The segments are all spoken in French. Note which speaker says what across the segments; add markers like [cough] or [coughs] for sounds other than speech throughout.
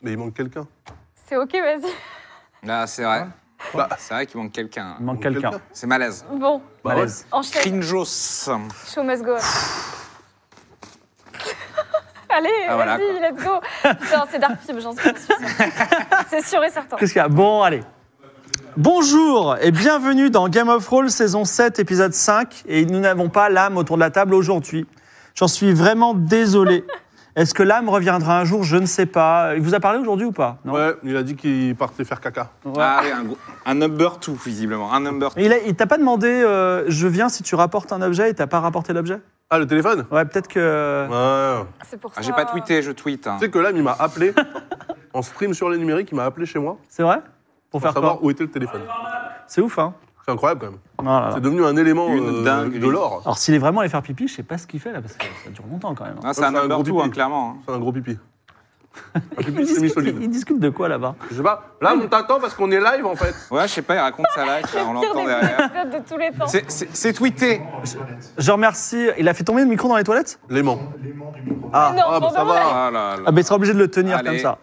Speaker 1: Mais il manque quelqu'un.
Speaker 2: C'est ok, vas-y.
Speaker 3: Là, Ah, c'est vrai.
Speaker 1: Bah.
Speaker 3: C'est vrai qu'il manque quelqu'un. hein.
Speaker 4: Il manque quelqu'un.
Speaker 3: C'est malaise.
Speaker 2: Bon,
Speaker 1: Bah ouais.
Speaker 4: Malaise.
Speaker 2: enchaîne.
Speaker 3: Cringeos.
Speaker 2: Show must go. [laughs] on. Allez,
Speaker 3: Ah, voilà,
Speaker 2: vas-y, let's go. Putain, c'est Dark Pib, j'en suis sûre. C'est sûr et certain.
Speaker 4: Qu'est-ce qu'il y a Bon, allez. Bonjour et bienvenue dans Game of Thrones saison 7, épisode 5. Et nous n'avons pas l'âme autour de la table aujourd'hui. J'en suis vraiment
Speaker 1: [laughs]
Speaker 4: désolé. Est-ce que l'âme reviendra un jour Je ne sais pas. Il vous a parlé aujourd'hui ou pas Non.
Speaker 1: Ouais, il a dit qu'il partait faire caca.
Speaker 4: Ouais.
Speaker 3: Ah oui, un, gros- un number two, visiblement. Un number two.
Speaker 4: Il a- il t'a pas demandé euh, je viens si tu rapportes un objet et t'as pas rapporté l'objet
Speaker 1: Ah, le téléphone
Speaker 4: Ouais, peut-être que.
Speaker 1: Ouais.
Speaker 2: C'est pour ça.
Speaker 3: Ah, j'ai pas tweeté, je tweete. hein.
Speaker 1: Tu sais que là, il m'a appelé [laughs] en stream sur les numériques, il m'a appelé chez moi
Speaker 4: C'est vrai
Speaker 1: pour
Speaker 4: Pour faire quoi
Speaker 1: savoir où était le téléphone.
Speaker 4: C'est ouf, hein
Speaker 1: C'est incroyable quand même.
Speaker 4: Voilà.
Speaker 1: C'est devenu un élément
Speaker 3: Une
Speaker 1: euh,
Speaker 3: dinguerie.
Speaker 1: de l'or.
Speaker 4: Alors, s'il est vraiment allé faire pipi, je sais pas ce qu'il fait là, parce que ça dure longtemps quand même. hein.
Speaker 3: Ah, c'est
Speaker 1: Ouais,
Speaker 3: un
Speaker 1: c'est un
Speaker 3: number
Speaker 1: gros
Speaker 3: two, hein,
Speaker 1: pipi.
Speaker 3: clairement.
Speaker 1: C'est un gros pipi. Un
Speaker 4: Ils
Speaker 1: pipi
Speaker 4: discutent-
Speaker 1: semi-solide.
Speaker 4: ils discutent de quoi là-bas
Speaker 1: Je sais pas. Là, on t'attend parce qu'on est live en fait.
Speaker 3: Ouais, je sais pas, il raconte sa life, là, on
Speaker 2: Pire
Speaker 3: l'entend
Speaker 2: des
Speaker 3: derrière.
Speaker 2: épisodes de tous les temps.
Speaker 3: C'est- C'est c'est tweeté.
Speaker 4: Je remercie. Il a fait tomber le micro dans les toilettes
Speaker 1: L'aimant.
Speaker 4: Ah,
Speaker 2: Non,
Speaker 1: Ah, bah
Speaker 2: pour
Speaker 1: ça
Speaker 2: de vrai.
Speaker 1: va.
Speaker 3: Ah là là.
Speaker 4: Ah, ben, il sera obligé de le tenir
Speaker 3: Allez.
Speaker 4: comme ça.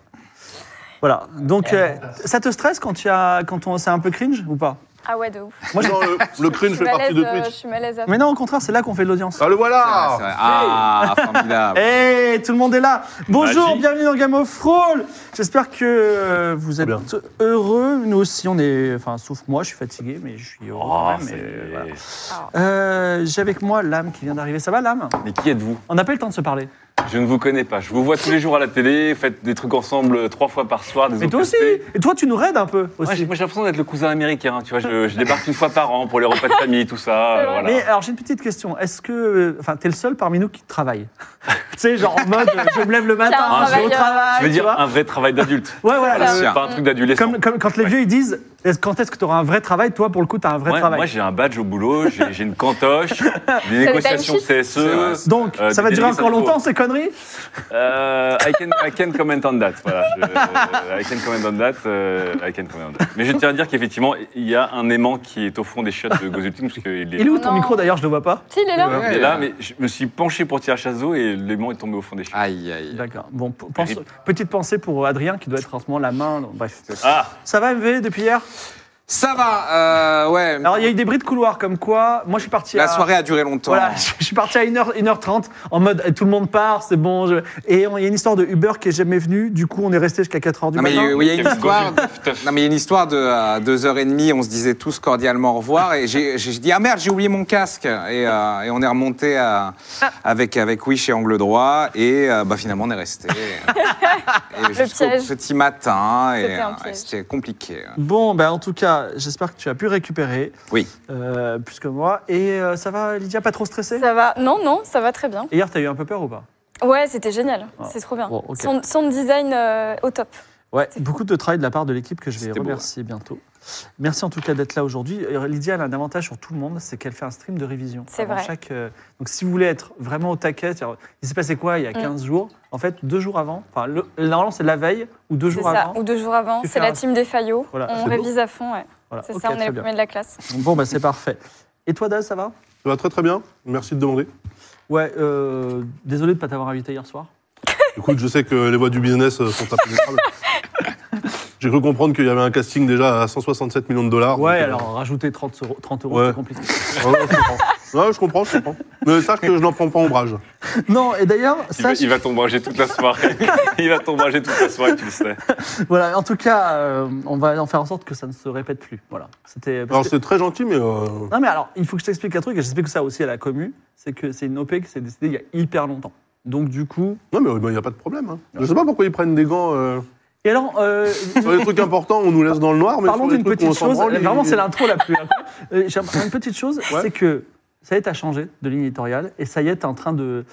Speaker 4: Voilà. Donc, euh, ça te stresse quand, il y a, quand on, c'est un peu cringe ou pas
Speaker 2: Ah ouais, de ouf.
Speaker 1: [laughs] Non, le, le cringe
Speaker 2: Je
Speaker 1: fait
Speaker 2: suis
Speaker 1: partie
Speaker 2: malaise,
Speaker 1: de
Speaker 2: euh, je
Speaker 1: Twitch.
Speaker 2: suis malaise à
Speaker 4: Mais non, au contraire, c'est là qu'on fait de l'audience.
Speaker 1: Ah, le
Speaker 3: Ah, c'est
Speaker 1: voilà
Speaker 3: vrai. Ah, formidable.
Speaker 4: Eh, Hey, tout le monde est là. Bonjour,
Speaker 3: Magie.
Speaker 4: bienvenue dans Game of Thrones. J'espère que euh, vous êtes
Speaker 1: Bien.
Speaker 4: heureux. Nous aussi, on est. Enfin, sauf moi, je suis fatigué, mais je suis heureux.
Speaker 5: Ah,
Speaker 4: quand même, mais, voilà. Euh, J'ai avec moi l'âme qui vient d'arriver. Ça va, l'âme
Speaker 5: Mais qui êtes-vous
Speaker 4: On n'a pas eu le temps de se parler.
Speaker 5: Je ne vous connais pas. Je vous vois tous les jours à la télé, faites des trucs ensemble euh, trois fois par soir. Des
Speaker 4: Mais toi aussi.
Speaker 5: OPC.
Speaker 4: Et toi, tu nous raides un peu
Speaker 5: Ouais,
Speaker 4: aussi.
Speaker 5: j'ai- moi j'ai l'impression d'être le cousin américain, tu vois, je, je débarque une fois par an pour les repas de famille, tout ça.
Speaker 2: C'est vrai.
Speaker 5: euh, voilà.
Speaker 4: Mais alors j'ai une petite question. Est-ce que, euh, enfin, t'es le seul parmi nous qui travaille [laughs] Tu sais, genre en mode, euh, je me lève le matin,
Speaker 2: Tiens,
Speaker 4: je vais au
Speaker 2: travailleur.
Speaker 4: travail.
Speaker 5: je veux
Speaker 4: tu
Speaker 5: dire
Speaker 4: vois
Speaker 5: un vrai travail d'adulte.
Speaker 4: ouais, voilà.
Speaker 2: C'est
Speaker 5: Voilà,
Speaker 2: ça.
Speaker 5: c'est pas un truc d'adolescent.
Speaker 4: Comme, comme quand les vieux ils disent, est-ce- quand est-ce que tu auras un vrai travail Toi, pour le coup, t'as un vrai
Speaker 5: Ouais,
Speaker 4: travail.
Speaker 5: Moi j'ai un badge au boulot, j'ai j'ai une
Speaker 2: [laughs]
Speaker 5: cantoche, des négociations
Speaker 2: timesheets.
Speaker 5: CSE.
Speaker 3: C'est vrai.
Speaker 4: Donc,
Speaker 5: euh,
Speaker 4: ça
Speaker 5: des
Speaker 4: va durer
Speaker 5: délits
Speaker 4: encore
Speaker 5: syndicaux.
Speaker 4: longtemps ces conneries
Speaker 5: Euh, I, can, I can comment on that. Voilà, je- euh, I can comment on that. euh, I can comment on that. Mais je tiens à dire qu'effectivement, il y a un aimant qui est au fond des chiottes de Gozulting, parce qu'il
Speaker 4: Il est où ton
Speaker 2: Non.
Speaker 4: micro d'ailleurs Je le vois pas.
Speaker 2: Si, il est là.
Speaker 5: Et là, mais je me suis penché pour tirer à chasse d'eau et l'aimant est tombé au fond des chiottes.
Speaker 3: Aïe, aïe.
Speaker 4: D'accord. Bon, p- pense-
Speaker 5: Rip.
Speaker 4: petite pensée pour Adrien qui doit être en ce moment la main. dans- Bref.
Speaker 5: Ah,
Speaker 4: Ça va MV depuis hier
Speaker 3: Ça va, euh, ouais.
Speaker 4: Alors il y a eu des bruits de couloir comme quoi. Moi, je suis parti.
Speaker 3: La
Speaker 4: à-
Speaker 3: soirée a duré longtemps.
Speaker 4: Voilà, je je suis parti à 1h, 1h30 en mode eh, tout le monde part, c'est bon. je- Et on- il y a une histoire de Uber qui est jamais venue, du coup on est resté jusqu'à 4h du
Speaker 3: Non mais il y
Speaker 4: matin.
Speaker 3: a eu- oui, il y a une
Speaker 5: Kevin
Speaker 3: histoire.
Speaker 5: Gaudu, teuf.
Speaker 3: Non mais il y a une histoire de euh, à 2h30, on se disait tous cordialement au revoir et j'ai j'ai dit ah merde j'ai oublié mon casque et, euh, et on est remonté à-
Speaker 2: Ah.
Speaker 3: avec avec oui chez Angle Droit et euh, bah finalement on
Speaker 2: [laughs]
Speaker 3: est resté Et jusqu'au
Speaker 2: piège.
Speaker 3: petit matin et
Speaker 2: C'était un
Speaker 3: euh,
Speaker 2: piège.
Speaker 3: c'était compliqué.
Speaker 4: Bon, ben en tout cas, j'espère que tu as pu récupérer.
Speaker 3: Oui.
Speaker 4: Euh, plus que moi. Et euh, ça va, Lydia, pas trop stressée
Speaker 2: Ça va Non, non, ça va très bien.
Speaker 4: Hier, t'as eu un peu peur ou pas
Speaker 2: Ouais, c'était génial.
Speaker 4: Ah.
Speaker 2: C'est trop bien.
Speaker 4: Bon, ok.
Speaker 2: Son, son design euh, au top.
Speaker 4: Ouais. Beaucoup de travail de la part de l'équipe que je vais
Speaker 5: C'était beau,
Speaker 4: remercier bientôt. Merci en tout cas d'être là aujourd'hui. Euh, Lydia, elle a un avantage sur tout le monde, c'est qu'elle fait un stream de révision.
Speaker 2: C'est
Speaker 4: avant
Speaker 2: vrai.
Speaker 4: chaque, euh, donc si vous voulez être vraiment au taquet, c'est-à-dire, il s'est passé quoi il y
Speaker 2: Mm.
Speaker 4: a 15 jours En fait, deux jours avant, enfin, le- normalement c'est la veille ou deux
Speaker 2: C'est
Speaker 4: jours
Speaker 2: ça.
Speaker 4: avant.
Speaker 2: Ou deux jours avant.
Speaker 4: Tu
Speaker 2: C'est
Speaker 4: fais
Speaker 2: la
Speaker 4: un-
Speaker 2: team des Fayot.
Speaker 4: Voilà, c'est
Speaker 2: On
Speaker 4: beau.
Speaker 2: révise à fond, ouais.
Speaker 4: Voilà.
Speaker 2: C'est
Speaker 4: Ok,
Speaker 2: ça, on
Speaker 4: très
Speaker 2: est les
Speaker 4: bien.
Speaker 2: premiers de la classe.
Speaker 4: Bon, bah, c'est parfait. Et toi, Daz, ça va
Speaker 1: Ça va très très bien. Merci de demander.
Speaker 4: Ouais, euh, désolé de ne pas t'avoir invité hier soir.
Speaker 1: Écoute, je sais que les voies du business euh, sont
Speaker 2: [laughs]
Speaker 1: impénétrables. J'ai cru comprendre qu'il y avait un casting déjà à 167 millions de dollars.
Speaker 4: Ouais,
Speaker 1: Donc, euh,
Speaker 4: alors rajouter 30 euros, 30 euros
Speaker 1: Ouais.
Speaker 4: c'est
Speaker 5: [laughs]
Speaker 4: compliqué.
Speaker 1: Ouais, ouais, je comprends. Ouais, je comprends, je comprends. Mais sache que je n'en prends pas ombrage.
Speaker 4: non, et d'ailleurs,
Speaker 5: il va,
Speaker 4: sache,
Speaker 5: il va t'ombrager toute
Speaker 4: [laughs]
Speaker 5: la soirée. il va t'ombrager toute la soirée, tu le sais.
Speaker 4: voilà, en tout cas, euh, on va en faire en sorte que ça ne se répète plus. Voilà. C'était. parce
Speaker 1: Alors
Speaker 4: que-
Speaker 1: c'est très gentil, mais euh,
Speaker 4: Non, mais alors, il faut que je t'explique un truc, et j'explique ça aussi à la commu, c'est que c'est une OP qui s'est décidée il y a hyper longtemps. Donc, du coup.
Speaker 1: non, mais il n'y a pas de problème. hein. Je sais pas pourquoi ils prennent des gants. euh,
Speaker 4: Et alors,
Speaker 1: [laughs]
Speaker 4: euh, [laughs]
Speaker 1: Sur les trucs importants, on nous laisse dans le noir, mais
Speaker 4: parlons
Speaker 1: sur les
Speaker 4: d'une
Speaker 1: trucs où
Speaker 4: petite
Speaker 1: on s'en
Speaker 4: chose. euh,
Speaker 1: branle,
Speaker 4: Vraiment,
Speaker 1: ils-
Speaker 4: c'est l'intro la plus. Euh, j'ai Une petite chose,
Speaker 1: Ouais.
Speaker 4: c'est que ça y est, t'as changé de ligne éditoriale, et ça y est, t'es en train de.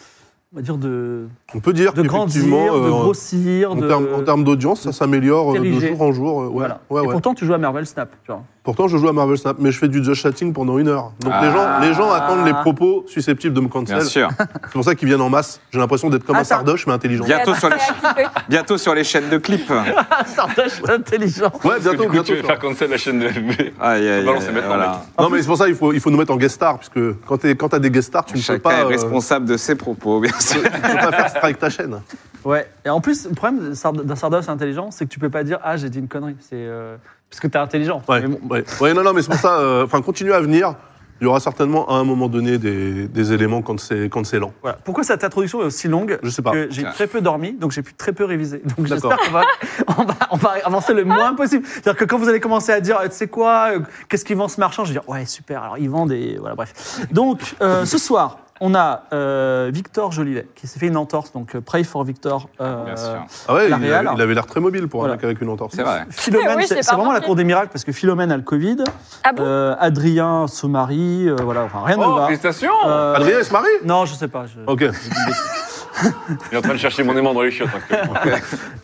Speaker 4: on va dire, de,
Speaker 1: On peut dire
Speaker 4: de grandir,
Speaker 1: qu'effectivement,
Speaker 4: de
Speaker 1: euh,
Speaker 4: grossir.
Speaker 1: en
Speaker 4: de...
Speaker 1: termes en termes d'audience, ça s'améliore euh, de
Speaker 4: diriger.
Speaker 1: jour en jour. euh, ouais.
Speaker 4: Voilà.
Speaker 1: Ouais,
Speaker 4: Et
Speaker 1: ouais.
Speaker 4: pourtant, tu joues à Marvel Snap. Tu vois. [laughs]
Speaker 1: Pourtant, je joue à Marvel Snap, mais je fais du just chatting pendant une heure. Donc les, gens,
Speaker 3: Ah.
Speaker 1: les gens attendent les propos susceptibles de me
Speaker 3: Bien
Speaker 1: cancel. C'est
Speaker 3: sûr.
Speaker 1: pour ça qu'ils viennent en masse. J'ai l'impression d'être comme un
Speaker 4: Attends.
Speaker 1: sardoche, mais intelligent.
Speaker 2: [laughs]
Speaker 3: Bien. Bientôt [laughs] sur les-
Speaker 2: les.
Speaker 3: Bientôt sur les chaînes de clips. Aïe,
Speaker 4: Sardoche intelligent.
Speaker 1: Ouais, bientôt,
Speaker 5: du coup,
Speaker 1: bientôt.
Speaker 5: tu veux faire cancel la chaîne de LB.
Speaker 3: aïe, aïe,
Speaker 5: Balance et mettre en
Speaker 3: voilà.
Speaker 1: Non, mais c'est pour ça qu'il faut, il faut nous mettre en guest star, puisque quand t'es- quand t'as des guest stars, tu ne peux
Speaker 3: Chacun
Speaker 1: pas,
Speaker 3: est
Speaker 1: euh,
Speaker 3: responsable de ses propos, bien sûr.
Speaker 1: tu peux pas faire strike ta chaîne.
Speaker 4: Ouais. Et en plus, le problème Sard- d'un Sardoche intelligent, c'est que tu peux pas dire Ah, j'ai dit une connerie. C'est euh, parce que t'es intelligent.
Speaker 1: Ouais,
Speaker 4: Mais bon,
Speaker 1: ouais. Ouais, non, non, mais c'est pour ça, euh, enfin, continue à venir. Il y aura certainement à un moment donné des, des éléments quand c'est quand c'est lent.
Speaker 4: voilà. Pourquoi cette introduction est aussi longue
Speaker 1: Je sais pas.
Speaker 4: que j'ai
Speaker 3: Ah.
Speaker 4: très peu dormi, donc j'ai pu très peu réviser. Donc
Speaker 1: D'accord.
Speaker 4: j'espère qu'on va, on va, [laughs] on va avancer le moins possible. C'est-à-dire que quand vous allez commencer à dire, euh, tu sais quoi, euh, qu'est-ce qu'ils vendent ce marchand Je vais dire, ouais, super, alors ils vendent des... Voilà, bref. Donc euh, ce soir, on a euh, Victor Jolivet qui s'est fait une entorse, donc euh, Pray for Victor. euh,
Speaker 3: Bien sûr.
Speaker 1: Ah ouais, il,
Speaker 4: La Real.
Speaker 1: il avait l'air très mobile pour un
Speaker 4: Voilà.
Speaker 1: mec avec une entorse.
Speaker 3: C'est vrai.
Speaker 4: Philomène,
Speaker 2: Eh [laughs] oui, je
Speaker 4: c'est
Speaker 2: l'ai
Speaker 4: c'est
Speaker 2: pas
Speaker 4: vraiment la
Speaker 2: remarqué.
Speaker 4: cour des miracles parce que Philomène a le Covid,
Speaker 2: Ah bon
Speaker 4: euh, Adrien, son mari, euh, voilà, enfin rien ne
Speaker 5: Oh,
Speaker 4: va.
Speaker 5: félicitations
Speaker 4: Euh,
Speaker 1: Adrien, Oh, il se marie
Speaker 4: Non, je sais pas. je-
Speaker 1: Ok.
Speaker 5: Il est en train de chercher mon aimant dans les chiottes. hein, actuellement.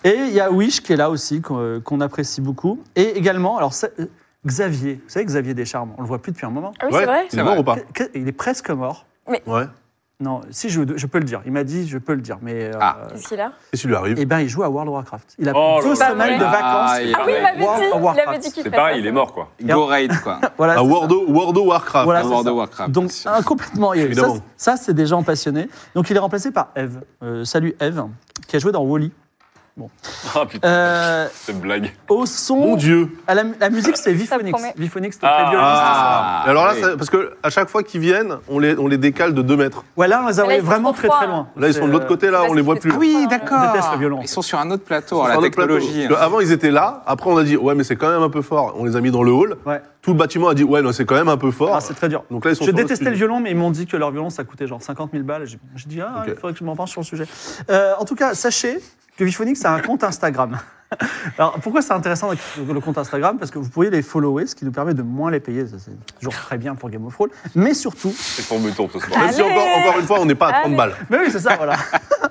Speaker 4: Et il y a Wish qui est là aussi, qu'on euh, qu'on apprécie beaucoup. Et également, alors c'est- euh, Xavier, vous savez Xavier Descharmes, on le voit plus depuis un moment.
Speaker 2: Ah oui,
Speaker 1: ouais.
Speaker 2: c'est vrai
Speaker 1: Il est mort ou pas
Speaker 4: Que- que- Il est presque mort.
Speaker 1: Ouais.
Speaker 4: Non, si je, je peux le dire. Il m'a dit, je peux le dire, mais. euh,
Speaker 3: Ah.
Speaker 2: Qu'est-ce qu'il a
Speaker 1: Qu'est-ce qui lui arrive
Speaker 4: Eh ben, il joue à World of Warcraft. Il a
Speaker 5: Oh
Speaker 4: pris deux
Speaker 5: là là.
Speaker 4: semaines de
Speaker 3: Ah,
Speaker 4: vacances.
Speaker 3: il-
Speaker 2: Ah oui, il m'avait
Speaker 4: War-
Speaker 2: dit. Il
Speaker 4: Warcraft.
Speaker 2: avait dit qu'il
Speaker 5: C'est
Speaker 2: ferait
Speaker 5: pareil,
Speaker 2: ça,
Speaker 5: il est
Speaker 2: ça.
Speaker 5: mort, quoi.
Speaker 3: Go raid, quoi.
Speaker 4: Voilà,
Speaker 1: À
Speaker 4: bah, c'est ça.
Speaker 1: World of, World of Warcraft.
Speaker 4: Voilà,
Speaker 3: World
Speaker 4: c'est
Speaker 3: of
Speaker 4: ça.
Speaker 3: Warcraft.
Speaker 4: Donc, un complètement. et Ça,
Speaker 1: Évidemment.
Speaker 4: ça, c'est des gens passionnés. Donc, il est remplacé par Eve. Euh, salut Eve, qui a joué dans Wally.
Speaker 5: Ah putain,
Speaker 4: Euh,
Speaker 5: cette blague.
Speaker 4: au son.
Speaker 1: Mon Dieu.
Speaker 4: à Ah, la, la
Speaker 2: [laughs]
Speaker 4: musique, c'est Viphonix.
Speaker 2: promet.
Speaker 4: Viphonix, c'était
Speaker 5: Ah.
Speaker 4: très violent.
Speaker 1: Ah.
Speaker 3: Ah,
Speaker 1: Alors là,
Speaker 3: oui.
Speaker 1: ça- parce que à chaque fois qu'ils viennent, on les, on les décale de 2 mètres.
Speaker 4: Ouais, là, on les a
Speaker 2: Mais là,
Speaker 4: envoyés
Speaker 2: ils sont
Speaker 4: vraiment
Speaker 2: trop
Speaker 4: très
Speaker 2: froids.
Speaker 4: très loin.
Speaker 1: Là, ils sont de
Speaker 4: euh,
Speaker 1: l'autre côté, là,
Speaker 2: parce
Speaker 1: on les
Speaker 2: qu'il
Speaker 1: voit
Speaker 2: fait
Speaker 1: plus.
Speaker 3: Ah oui, d'accord.
Speaker 4: déteste la violence.
Speaker 3: Ils sont sur un autre plateau.
Speaker 1: Sur
Speaker 3: alors,
Speaker 1: un
Speaker 3: la
Speaker 1: autre plateau.
Speaker 3: technologie.
Speaker 1: Parce que Avant, ils étaient là. Après, on a dit, ouais, mais c'est quand même un peu fort. On les a mis dans le hall.
Speaker 4: euh, Ouais.
Speaker 1: Tout le bâtiment a dit, ouais, non, c'est quand même un peu fort.
Speaker 4: Ah, c'est très dur.
Speaker 1: Donc là, ils sont
Speaker 4: Je
Speaker 1: sur le
Speaker 4: détestais le
Speaker 1: studio.
Speaker 4: violon, mais ils m'ont dit que leur violon, ça coûtait genre 50 000 balles. J'ai j'ai dit, ah, il
Speaker 1: Ok.
Speaker 4: faudrait que je m'en penche sur le sujet. Euh, en tout cas, sachez que Viphonix a un compte Instagram. [laughs] Alors, pourquoi c'est intéressant avec le compte Instagram Parce que vous pourriez les follower, ce qui nous permet de moins les payer. Ça, C'est toujours très bien pour Game of Thrones. Mais surtout,
Speaker 5: C'est pour me tourner ce
Speaker 4: Ah,
Speaker 5: soir.
Speaker 1: Même si
Speaker 2: Allez.
Speaker 1: encore, encore une fois, on n'est pas à 30
Speaker 2: Allez.
Speaker 1: balles.
Speaker 4: Mais oui, c'est ça, voilà.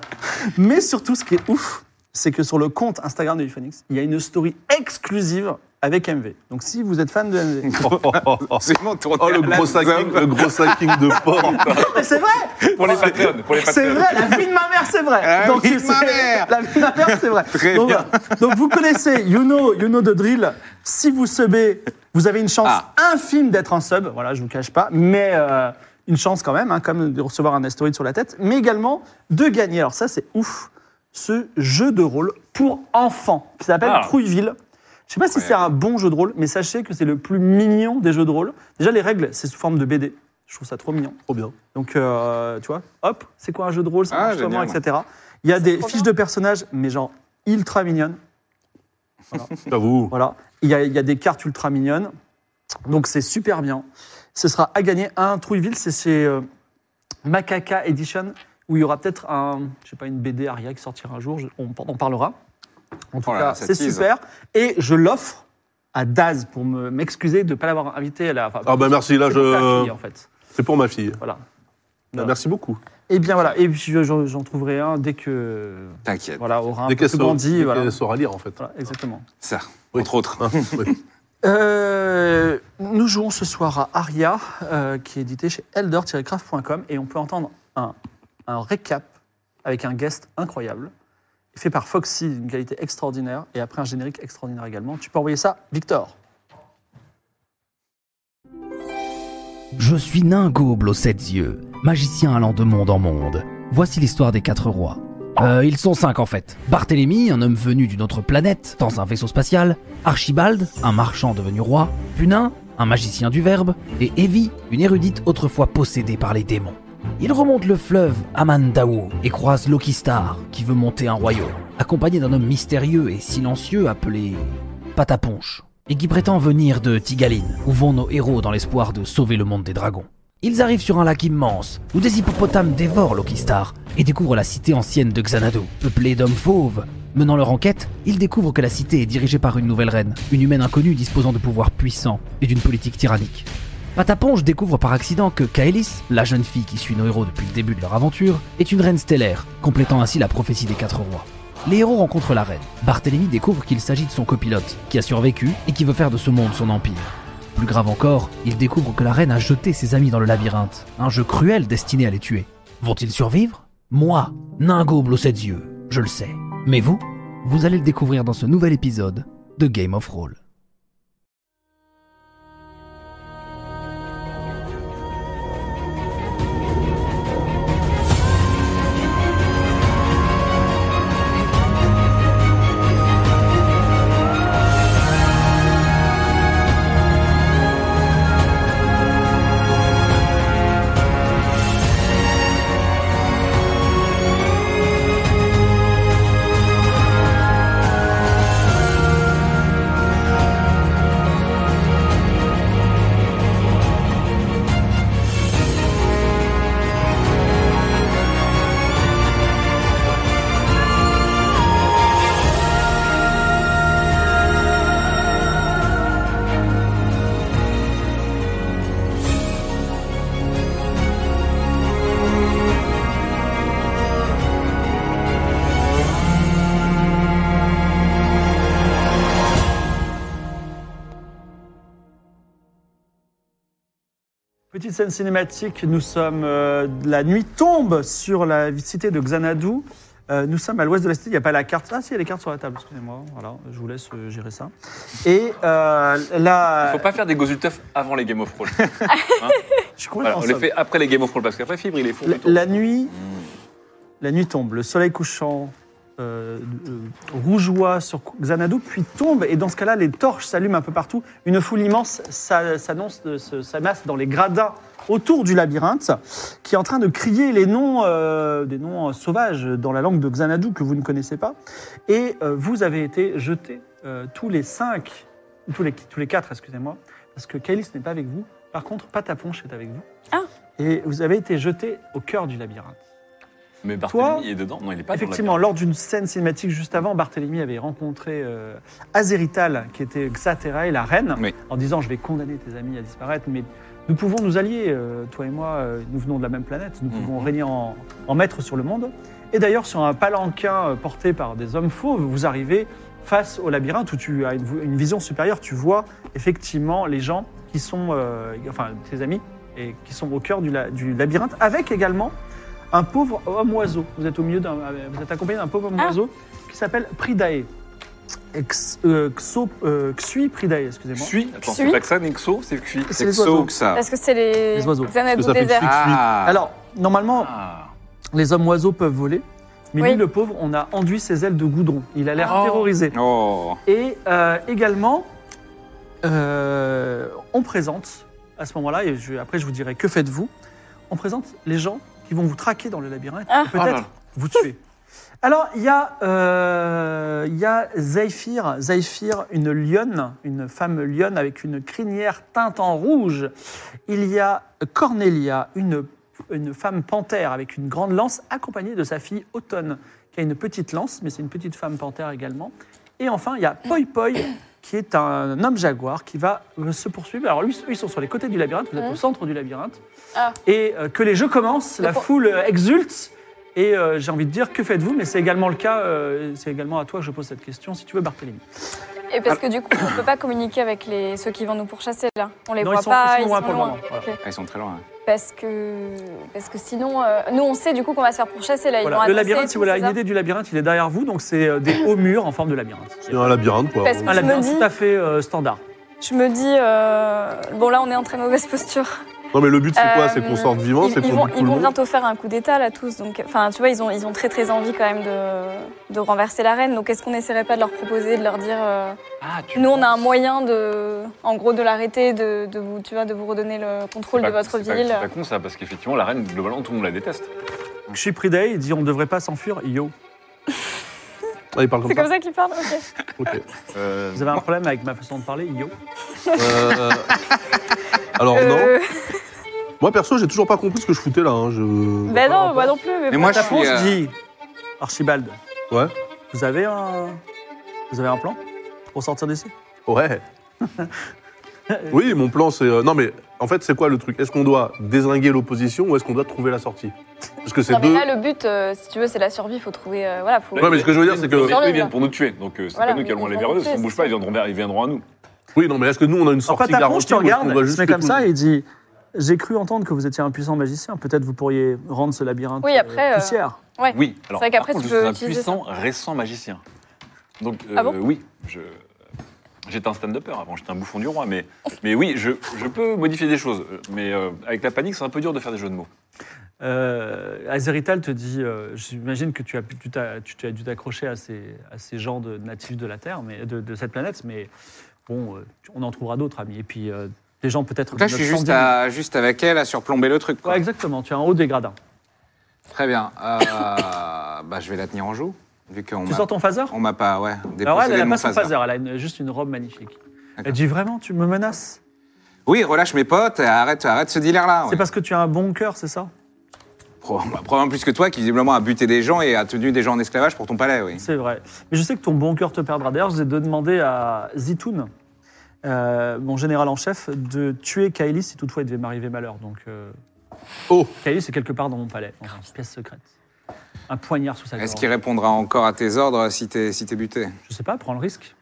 Speaker 4: [laughs] Mais surtout, ce qui est ouf, c'est que sur le compte Instagram de Uphonix, il y a une story exclusive avec MV. Donc si vous êtes fan de MV.
Speaker 1: Oh, oh, oh, oh.
Speaker 3: Absolument tourné
Speaker 1: Oh,
Speaker 3: à
Speaker 1: le
Speaker 3: la
Speaker 1: gros
Speaker 3: zone.
Speaker 1: sacking, le gros sacking de
Speaker 4: [laughs]
Speaker 1: porc.
Speaker 4: Mais c'est vrai
Speaker 5: Pour les patrons, pour les
Speaker 4: C'est
Speaker 5: patrons.
Speaker 4: vrai, la vie de ma mère, c'est vrai.
Speaker 3: La vie Ah de
Speaker 4: c'est-
Speaker 3: ma mère.
Speaker 4: La vie de ma mère, c'est vrai.
Speaker 3: Très
Speaker 4: donc,
Speaker 3: bien.
Speaker 4: voilà. Donc, vous connaissez Youno, Youno de Drill. Si vous subez, vous avez une chance
Speaker 3: Ah.
Speaker 4: infime d'être un sub. Voilà, je vous cache pas. Mais euh, une chance quand même, hein, comme de recevoir un astéroïde sur la tête. Mais également de gagner. Alors ça, c'est ouf. Ce jeu de rôle pour enfants qui s'appelle
Speaker 5: Ah.
Speaker 4: Trouilleville. Je sais pas si c'est un bon jeu de rôle, mais sachez que c'est le plus mignon des jeux de rôle. Déjà, les règles, c'est sous forme de BD. Je trouve ça trop mignon.
Speaker 1: Trop bien.
Speaker 4: Donc, euh, tu vois, hop, c'est quoi un jeu de rôle, ça
Speaker 3: Ah,
Speaker 4: marche comment,
Speaker 3: génial.
Speaker 4: etc. Il y a des
Speaker 2: trop
Speaker 4: fiches
Speaker 2: bien.
Speaker 4: de personnages, mais genre ultra mignonnes.
Speaker 1: J'avoue.
Speaker 4: Voilà. Il y a, il y a des cartes ultra mignonnes. Donc, c'est super bien. Ce sera à gagner un Trouilleville, c'est chez euh, Macaca Edition, où il y aura peut-être un, je sais pas, une BD Aria qui sortira un jour, je- on, en parlera. En tout
Speaker 3: Oh là
Speaker 4: cas,
Speaker 3: là, ça
Speaker 4: c'est
Speaker 3: tease.
Speaker 4: super. Et je l'offre à Daz pour me- m'excuser de ne pas l'avoir invité à la. enfin,
Speaker 1: Ah bah merci, là,
Speaker 4: c'est pour ta
Speaker 1: je-
Speaker 4: fille, en fait.
Speaker 1: C'est pour ma fille.
Speaker 4: Voilà.
Speaker 1: Bah, Merci beaucoup.
Speaker 4: Et Eh bien voilà, et puis je- j'en j'en trouverai un dès que
Speaker 3: T'inquiète,
Speaker 4: voilà aura un
Speaker 1: Dès
Speaker 4: peu
Speaker 1: qu'elle
Speaker 4: plus
Speaker 1: saura- dès
Speaker 4: grandi.
Speaker 1: qu'elle
Speaker 4: Voilà.
Speaker 1: saura lire, en fait.
Speaker 4: Voilà, exactement.
Speaker 3: ça.
Speaker 1: Oui.
Speaker 3: Entre autres.
Speaker 1: Hein, [laughs] ouais.
Speaker 4: Euh, nous jouons ce soir à Aria, euh, qui est édité chez elder-craft.com, et on peut entendre un, un récap avec un guest incroyable, fait par Foxy d'une qualité extraordinaire, et après un générique extraordinaire également. Tu peux envoyer ça, Victor.
Speaker 6: Je suis Ningoble aux sept yeux, magicien allant de monde en monde. Voici l'histoire des quatre rois. Euh, ils sont cinq en fait. Barthélemy, un homme venu d'une autre planète, dans un vaisseau spatial. Archibald, un marchand devenu roi. Punin, un magicien du verbe. Et Evie, une érudite autrefois possédée par les démons. Ils remontent le fleuve Amandao et croisent Loki Star, qui veut monter un royaume, accompagné d'un homme mystérieux et silencieux appelé Pataponche, et qui prétend venir de Tigaline, où vont nos héros dans l'espoir de sauver le monde des dragons. Ils arrivent sur un lac immense, où des hippopotames dévorent Loki Star, et découvrent la cité ancienne de Xanadu, peuplée d'hommes fauves. Menant leur enquête, ils découvrent que la cité est dirigée par une nouvelle reine, une humaine inconnue disposant de pouvoirs puissants et d'une politique tyrannique. Patapon, je découvre par accident que Kaelis, la jeune fille qui suit nos héros depuis le début de leur aventure, est une reine stellaire, complétant ainsi la prophétie des quatre rois. Les héros rencontrent la reine. Barthélemy découvre qu'il s'agit de son copilote, qui a survécu et qui veut faire de ce monde son empire. Plus grave encore, il découvre que la reine a jeté ses amis dans le labyrinthe, un jeu cruel destiné à les tuer. Vont-ils survivre Moi, Ningoble aux sept yeux, je le sais. Mais vous Vous allez le découvrir dans ce nouvel épisode de Game of Roll.
Speaker 4: Petite scène cinématique, nous sommes. euh, la nuit tombe sur la cité de Xanadu. Euh, nous sommes à l'ouest de la cité, il n'y a pas la carte. Ah, si, il y a les cartes sur la table, excusez-moi. Voilà, je vous laisse euh, gérer ça. Et euh, là.
Speaker 5: Faut pas faire des Gozulteuf avant les Game of Thrones.
Speaker 4: Je suis
Speaker 5: Voilà,
Speaker 4: complètement
Speaker 5: on les
Speaker 4: sobre.
Speaker 5: fait après les Game of Thrones parce qu'après Fibre, il est fou.
Speaker 4: La, la nuit, la nuit tombe, le soleil couchant euh, euh, rougeoie sur Xanadu, puis tombe, et dans ce cas-là, les torches s'allument un peu partout. Une foule immense s'a- s'annonce, de- se- s'amasse dans les gradins autour du labyrinthe, qui est en train de crier les noms, euh, des noms euh, sauvages dans la langue de Xanadu que vous ne connaissez pas. Et euh, vous avez été jetés euh, tous les cinq, tous les, tous les quatre, excusez-moi, parce que Kailis n'est pas avec vous. Par contre, Pataponche est avec vous.
Speaker 2: Ah.
Speaker 4: Et vous avez été jetés au cœur du labyrinthe.
Speaker 5: Mais
Speaker 4: Toi
Speaker 5: Barthélemy est dedans. Non, il est pas
Speaker 4: Effectivement,
Speaker 5: dans
Speaker 4: lors d'une scène cinématique juste avant, Barthélemy avait rencontré euh, Azerital, qui était Xaterae, la reine,
Speaker 3: Oui.
Speaker 4: en disant Je vais condamner tes amis à disparaître, mais nous pouvons nous allier, euh, toi et moi, euh, nous venons de la même planète, nous
Speaker 5: Mhm.
Speaker 4: pouvons régner en, en maître sur le monde. Et d'ailleurs, sur un palanquin euh, porté par des hommes fauves, vous arrivez face au labyrinthe où tu as une, une vision supérieure, tu vois effectivement les gens qui sont, euh, enfin tes amis, et qui sont au cœur du, la- du labyrinthe, avec également un pauvre homme oiseau. Vous êtes au milieu d'un, euh, vous êtes accompagné d'un pauvre homme
Speaker 2: Ah.
Speaker 4: oiseau qui s'appelle Pridae. Ex- euh, Xo- euh, Xui Pridae, excusez-moi.
Speaker 5: Xui, attends,
Speaker 2: Xui.
Speaker 5: c'est pas que ça, Nixo, c'est Xui.
Speaker 4: C'est les
Speaker 3: Exo
Speaker 4: oiseaux.
Speaker 3: ou ça
Speaker 2: Parce que c'est les,
Speaker 4: Les oiseaux.
Speaker 2: Xanadu
Speaker 1: Parce que ça fait
Speaker 2: désert.
Speaker 3: Ah
Speaker 4: Alors normalement
Speaker 5: Ah.
Speaker 4: les hommes oiseaux peuvent voler, mais
Speaker 2: Oui.
Speaker 4: lui le pauvre, on a enduit ses ailes de goudron. Il a l'air
Speaker 5: Oh.
Speaker 4: terrorisé.
Speaker 3: Oh
Speaker 4: Et euh, également, euh, on présente, à ce moment-là, et je- après je vous dirai que faites-vous, on présente les gens qui vont vous traquer dans le labyrinthe
Speaker 2: Ah.
Speaker 4: et
Speaker 5: Oh là
Speaker 4: peut-être
Speaker 5: là.
Speaker 4: vous tuer. Alors, il y a, euh, il y a Zephyr, Zephyr, une lionne, une femme lionne avec une crinière teinte en rouge. Il y a Cornelia, une, une femme panthère avec une grande lance accompagnée de sa fille Automne, qui a une petite lance, mais c'est une petite femme panthère également. Et enfin, il y a Poi Poi, qui est un homme jaguar qui va euh, se poursuivre. Alors, lui, eux, ils sont sur les côtés du labyrinthe, vous êtes au
Speaker 2: Mhm.
Speaker 4: centre du labyrinthe.
Speaker 2: Ah.
Speaker 4: Et euh, que les jeux commencent, la
Speaker 2: Le po-
Speaker 4: foule euh, exulte. Et euh, j'ai envie de dire, que faites-vous Mais c'est également le cas, euh, c'est également à toi que je pose cette question, si tu veux, Barthélémy.
Speaker 2: Et parce que du coup, on peut pas communiquer avec les, ceux qui vont nous pourchasser là. On les
Speaker 4: Non,
Speaker 2: voit
Speaker 4: ils sont-
Speaker 2: pas.
Speaker 4: ils sont loin pour le moment,
Speaker 2: Ok.
Speaker 4: voilà.
Speaker 3: Ah, Ils sont très loin.
Speaker 2: Parce que parce que sinon, euh, nous on sait du coup qu'on va se faire pourchasser là. Ils
Speaker 4: Voilà.
Speaker 2: vont
Speaker 4: Le
Speaker 2: annoncer et
Speaker 4: labyrinthe, si
Speaker 2: tout,
Speaker 4: vous voulez
Speaker 2: c'est
Speaker 4: une
Speaker 2: ça
Speaker 4: idée du labyrinthe, il est derrière vous, donc c'est
Speaker 2: [laughs]
Speaker 4: euh, des hauts murs en forme de labyrinthe.
Speaker 1: C'est un labyrinthe, quoi.
Speaker 2: Parce que-
Speaker 4: Un
Speaker 2: Je me
Speaker 4: labyrinthe
Speaker 2: dis-
Speaker 4: tout à fait euh, standard.
Speaker 2: Je me dis euh, bon là on est en très mauvaise posture.
Speaker 1: Non, mais le but, c'est quoi
Speaker 2: Euh,
Speaker 1: C'est qu'on sorte vivant,
Speaker 2: ils,
Speaker 1: c'est
Speaker 2: ils
Speaker 1: qu'on
Speaker 2: vont,
Speaker 1: bute
Speaker 2: ils
Speaker 1: tout le
Speaker 2: vont
Speaker 1: monde.
Speaker 2: bientôt faire un coup d'état là tous. Donc enfin tu vois ils ont ils ont très très envie quand même de, de renverser la reine. Donc est-ce qu'on n'essaierait pas de leur proposer de leur dire euh,
Speaker 5: Ah, tu
Speaker 2: nous on a un
Speaker 5: penses
Speaker 2: moyen de en gros de l'arrêter de, de vous tu vois de vous redonner le contrôle de
Speaker 5: C'est pas-
Speaker 2: votre
Speaker 5: c'est pas-
Speaker 2: ville.
Speaker 5: C'est pas con ça, parce qu'effectivement, la reine, globalement, tout le monde la déteste.
Speaker 4: Je suis Priday, il dit on ne devrait pas s'enfuir. Yo,
Speaker 1: Ah, il parle comme
Speaker 2: C'est comme
Speaker 1: ça.
Speaker 2: ça qu'ils parlent. Ok.
Speaker 1: Ok.
Speaker 5: Euh,
Speaker 4: vous avez un problème avec ma façon de parler Yo.
Speaker 1: Euh, [laughs] Alors, Oh, non.
Speaker 2: Euh,
Speaker 1: Moi, perso, j'ai toujours pas compris ce que je foutais là. hein, Je...
Speaker 2: Ben non, moi non plus. Mais
Speaker 3: Mais
Speaker 2: bon.
Speaker 3: moi, je
Speaker 4: Ta
Speaker 3: suis.
Speaker 4: ponce
Speaker 3: euh,
Speaker 4: dit Archibald,
Speaker 1: Ouais.
Speaker 4: vous [laughs] avez un, vous avez un plan pour sortir d'ici
Speaker 1: Ouais. Oui, mon plan, c'est. euh, non, mais en fait, c'est quoi le truc Est-ce qu'on doit désinguer l'opposition ou est-ce qu'on doit trouver la sortie Parce que c'est
Speaker 2: Non, mais
Speaker 1: deux.
Speaker 2: là, le but, euh, si tu veux, c'est la survie. Il faut trouver. euh, voilà, faut.
Speaker 1: Ouais, mais ce que je veux dire, c'est que-
Speaker 5: Eux,
Speaker 2: Sur le
Speaker 5: Ils viennent
Speaker 2: mur.
Speaker 5: pour nous tuer, donc euh, c'est
Speaker 2: Voilà,
Speaker 5: pas nous qui
Speaker 2: ils
Speaker 5: allons
Speaker 2: vont
Speaker 5: aller
Speaker 2: nous
Speaker 5: vers eux. Si
Speaker 2: tuer,
Speaker 5: on bouge
Speaker 2: c'est
Speaker 5: pas,
Speaker 2: ça.
Speaker 5: ils viendront, vers, ils viendront à nous.
Speaker 1: Oui, non, mais est-ce que nous, on a une
Speaker 4: Après,
Speaker 1: sortie
Speaker 4: ta
Speaker 1: garantie
Speaker 4: je te
Speaker 1: ou est-ce qu'on
Speaker 4: regarde,
Speaker 1: doit
Speaker 4: il se
Speaker 1: juste
Speaker 4: met comme
Speaker 1: tout-
Speaker 4: ça et il dit J'ai cru entendre que vous étiez un puissant magicien. Peut-être vous pourriez rendre ce labyrinthe
Speaker 2: Oui, après,
Speaker 4: euh,
Speaker 2: euh,
Speaker 4: poussière.
Speaker 5: Oui, alors
Speaker 2: vrai qu'après,
Speaker 5: par
Speaker 2: tu
Speaker 5: contre, je suis
Speaker 2: peux
Speaker 5: un
Speaker 2: utiliser
Speaker 5: puissant, récent magicien. Donc, euh,
Speaker 2: Ah bon
Speaker 5: oui, je- J'étais un stand-upper avant, j'étais un bouffon du roi, mais, mais oui, je, je peux modifier des choses. Mais euh, avec la panique, c'est un peu dur de faire des jeux de mots.
Speaker 4: Euh, Azerital te dit euh, J'imagine que tu as, pu- tu t'as- tu t'as dû t'accrocher à ces, à ces gens de, natifs de la Terre, mais, de, de cette planète, mais bon, euh, on en trouvera d'autres, amis. Et puis, euh, des gens peut-être.
Speaker 3: Donc là, je suis
Speaker 4: notre
Speaker 3: juste,
Speaker 4: 110 000.
Speaker 3: à- juste avec elle à surplomber le truc. quoi.
Speaker 4: Ouais, exactement, tu es en haut des gradins.
Speaker 3: Très bien. Euh, bah, je vais la tenir en joue, vu qu'on
Speaker 4: Tu
Speaker 3: m'a-
Speaker 4: sors ton phaser
Speaker 3: on m'a pas ouais,
Speaker 4: Alors,
Speaker 3: dépossédé
Speaker 4: elle, elle
Speaker 3: de
Speaker 4: a
Speaker 3: mon
Speaker 4: pas son
Speaker 3: phaser.
Speaker 4: phaser, elle a une- juste une robe magnifique. Elle
Speaker 3: D'accord.
Speaker 4: dit Vraiment, tu me menaces
Speaker 3: Oui, relâche mes potes, et arrête, arrête ce dealer-là.
Speaker 4: C'est
Speaker 3: ouais.
Speaker 4: parce que tu as un bon cœur, c'est ça
Speaker 3: Pro- bah, Probablement plus que toi, qui visiblement a buté des gens et a tenu des gens en esclavage pour ton palais, oui.
Speaker 4: C'est vrai. Mais je sais que ton bon cœur te perdra. D'ailleurs, j'ai demandé à Zitoun, euh, mon général en chef, de tuer Kaeli si toutefois il devait m'arriver malheur. Donc, euh,
Speaker 1: Oh
Speaker 4: Kaeli, c'est quelque part dans mon palais, dans une pièce secrète. Un poignard sous sa gorge.
Speaker 3: Est-ce qu'il répondra encore à tes ordres si t'es si t'es buté
Speaker 4: Je sais pas, prends le risque.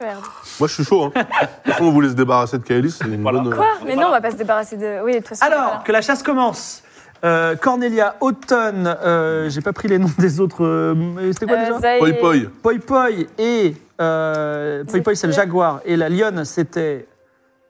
Speaker 2: Merde.
Speaker 1: Moi, je suis chaud. Hein.
Speaker 2: [laughs]
Speaker 1: De toute façon, on voulait se débarrasser de Kaelis. C'est une
Speaker 5: Voilà.
Speaker 1: bonne. euh,
Speaker 2: Quoi Mais non, on va pas se débarrasser de. Oui, de toute façon.
Speaker 4: Alors,
Speaker 2: voilà.
Speaker 4: que la chasse commence Euh, Cornelia, Autumn, euh, j'ai pas pris les noms des autres. euh, C'était quoi
Speaker 2: Euh,
Speaker 4: déjà
Speaker 2: Zay-
Speaker 1: Poi poi.
Speaker 4: Poi Poi et. euh, Poi Poi, c'est le
Speaker 2: Zéphyr.
Speaker 4: jaguar. Et la lionne, c'était.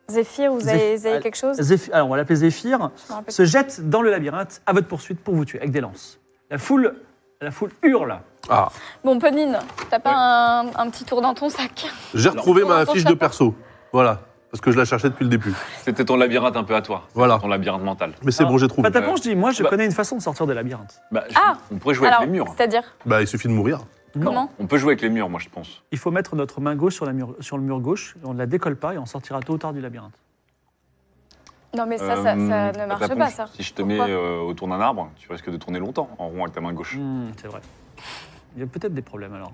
Speaker 2: Zéphyr ou Zay,
Speaker 4: Zéph-
Speaker 2: Zay quelque chose
Speaker 4: Zéphyr- Alors, on va l'appeler Zéphyr.
Speaker 2: Je me rappelle
Speaker 4: se jette dans le labyrinthe à votre poursuite pour vous tuer avec des lances. La foule, la foule hurle.
Speaker 1: Ah,
Speaker 2: plus. Bon, Pauline, t'as pas un, un petit tour dans ton sac
Speaker 1: j'ai retrouvé
Speaker 2: Alors,
Speaker 1: ma
Speaker 2: on
Speaker 1: fiche
Speaker 2: s'en
Speaker 1: de
Speaker 2: va.
Speaker 1: perso. Voilà. Parce que je la cherchais depuis le début.
Speaker 5: C'était ton labyrinthe un peu à toi,
Speaker 1: Voilà.
Speaker 5: ton labyrinthe mental.
Speaker 1: Mais c'est
Speaker 4: Alors,
Speaker 1: bon, j'ai trouvé.
Speaker 4: Patapon, je dis, moi, je
Speaker 5: Bah.
Speaker 4: connais une façon de sortir des labyrinthes.
Speaker 5: Bah, je-
Speaker 2: Ah
Speaker 5: on pourrait jouer
Speaker 2: Alors,
Speaker 5: avec les murs.
Speaker 2: c'est-à-dire
Speaker 1: Bah, il suffit de mourir.
Speaker 2: [laughs]
Speaker 4: Non.
Speaker 2: Comment
Speaker 5: On peut jouer avec les murs, moi, je pense.
Speaker 4: Il faut mettre notre main gauche sur, la mur- sur le mur gauche, on ne la décolle pas et on sortira tôt ou tard du labyrinthe.
Speaker 2: Non, mais ça, ça, ça
Speaker 5: Euh,
Speaker 2: ne marche
Speaker 5: Patapon,
Speaker 2: pas, ça.
Speaker 5: Si je te mets
Speaker 2: Pourquoi Hum.
Speaker 5: euh, autour d'un arbre, tu risques de tourner longtemps en rond avec ta main gauche.
Speaker 4: Hmm, c'est vrai. Il y a peut-être des problèmes alors.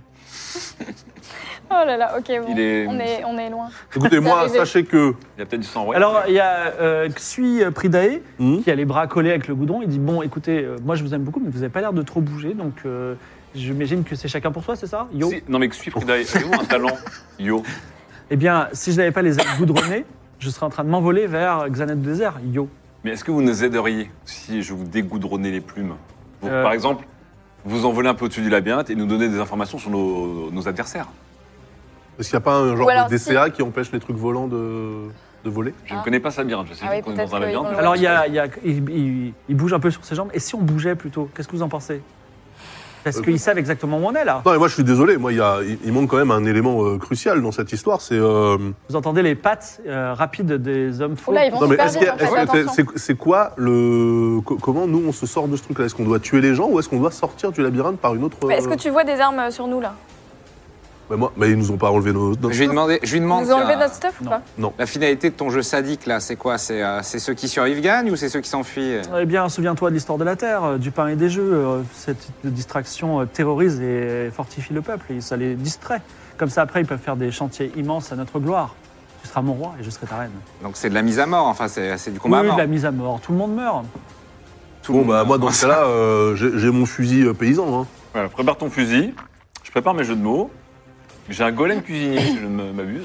Speaker 2: Oh là là, ok, bon.
Speaker 5: Il est-
Speaker 2: On, est, on est loin.
Speaker 1: Écoutez, moi,
Speaker 2: arrivé.
Speaker 1: sachez que.
Speaker 5: Il y a peut-être du sang, ouais.
Speaker 4: Alors, il y a euh, Xui Pridae
Speaker 1: Hmm
Speaker 4: qui a les bras collés avec le goudron. Il dit Bon, écoutez, euh, moi je vous aime beaucoup, mais vous n'avez pas l'air de trop bouger, donc euh, j'imagine que c'est chacun pour soi, c'est ça Yo
Speaker 5: Si- non, mais que suivre Fridae, avez-vous un talent Yo.
Speaker 4: Eh bien, si je n'avais pas les ailes goudronnées, je serais en train de m'envoler vers Xanet Désert. Yo
Speaker 5: Mais est-ce que vous nous aideriez si je vous dégoudronnais les plumes Vous,
Speaker 4: Euh.
Speaker 5: Par exemple, vous envolez un peu au-dessus du labyrinthe et nous donner des informations sur nos, nos adversaires.
Speaker 1: Est-ce qu'il n'y a pas un genre
Speaker 2: Ou alors,
Speaker 1: de DCA qui empêche les trucs volants de, de voler
Speaker 5: Je
Speaker 2: Ah.
Speaker 5: ne connais pas ce labyrinthe, je sais
Speaker 2: Ah
Speaker 5: juste
Speaker 2: oui,
Speaker 5: qu'on est
Speaker 2: peut-être
Speaker 5: dans un
Speaker 2: qu'ils vont
Speaker 5: labyrinthe.
Speaker 2: le
Speaker 5: mais je
Speaker 4: Alors,
Speaker 5: pense
Speaker 4: il, y a-
Speaker 5: pas.
Speaker 4: il y a- il- il- il bouge un peu sur ses jambes. Et si on bougeait plutôt Qu'est-ce que vous en pensez Parce
Speaker 1: Euh, bah
Speaker 4: qu'ils savent exactement où on est, là.
Speaker 1: Non, mais moi, je suis désolé. Moi, il, y a- il- il manque quand même un élément euh, crucial dans cette histoire. C'est. euh,
Speaker 4: Vous entendez les pattes euh, rapides des hommes faux.
Speaker 2: Oula, ils vont
Speaker 1: Non, mais
Speaker 2: super
Speaker 1: est-ce qu'il y
Speaker 2: vite,
Speaker 1: a-
Speaker 2: en
Speaker 1: est-ce
Speaker 2: fait,
Speaker 1: que c'est-
Speaker 2: attention.
Speaker 1: c'est- c'est quoi le. co- Comment nous, on se sort de ce truc-là Est-ce qu'on doit tuer les gens ou est-ce qu'on doit sortir du labyrinthe par une autre.
Speaker 2: Mais Est-ce
Speaker 1: euh,
Speaker 2: que tu vois des armes sur nous, là
Speaker 1: Bah, moi, bah, ils nous ont pas enlevé nos. nos-
Speaker 3: Je lui demande, je lui
Speaker 2: Ils
Speaker 3: demande
Speaker 2: nous ont enlevé
Speaker 3: tiens,
Speaker 2: notre stuff ou
Speaker 4: non.
Speaker 2: pas
Speaker 3: la finalité de ton jeu sadique là, c'est quoi C'est euh, c'est ceux qui survivent gagnent ou c'est ceux qui s'enfuient
Speaker 4: Eh bien, souviens-toi de l'histoire de la Terre, euh, du pain et des jeux. euh, Cette distraction euh, terrorise et fortifie le peuple. Et ça les distrait. Comme ça, après, ils peuvent faire des chantiers immenses à notre gloire. Tu seras mon roi et je serai ta reine.
Speaker 3: Donc c'est de la mise à mort, enfin c'est c'est du
Speaker 4: Oui,
Speaker 3: combat à
Speaker 4: oui,
Speaker 3: mort.
Speaker 4: la mise à mort. Tout le monde meurt.
Speaker 3: Tout le
Speaker 1: Bon,
Speaker 3: monde-
Speaker 1: bah, moi, dans ce cas-là, euh, j'ai j'ai mon fusil euh, paysan. Hein.
Speaker 5: Voilà, prépare ton fusil, je prépare mes jeux de mots. J'ai un golem cuisinier, si je ne m'abuse.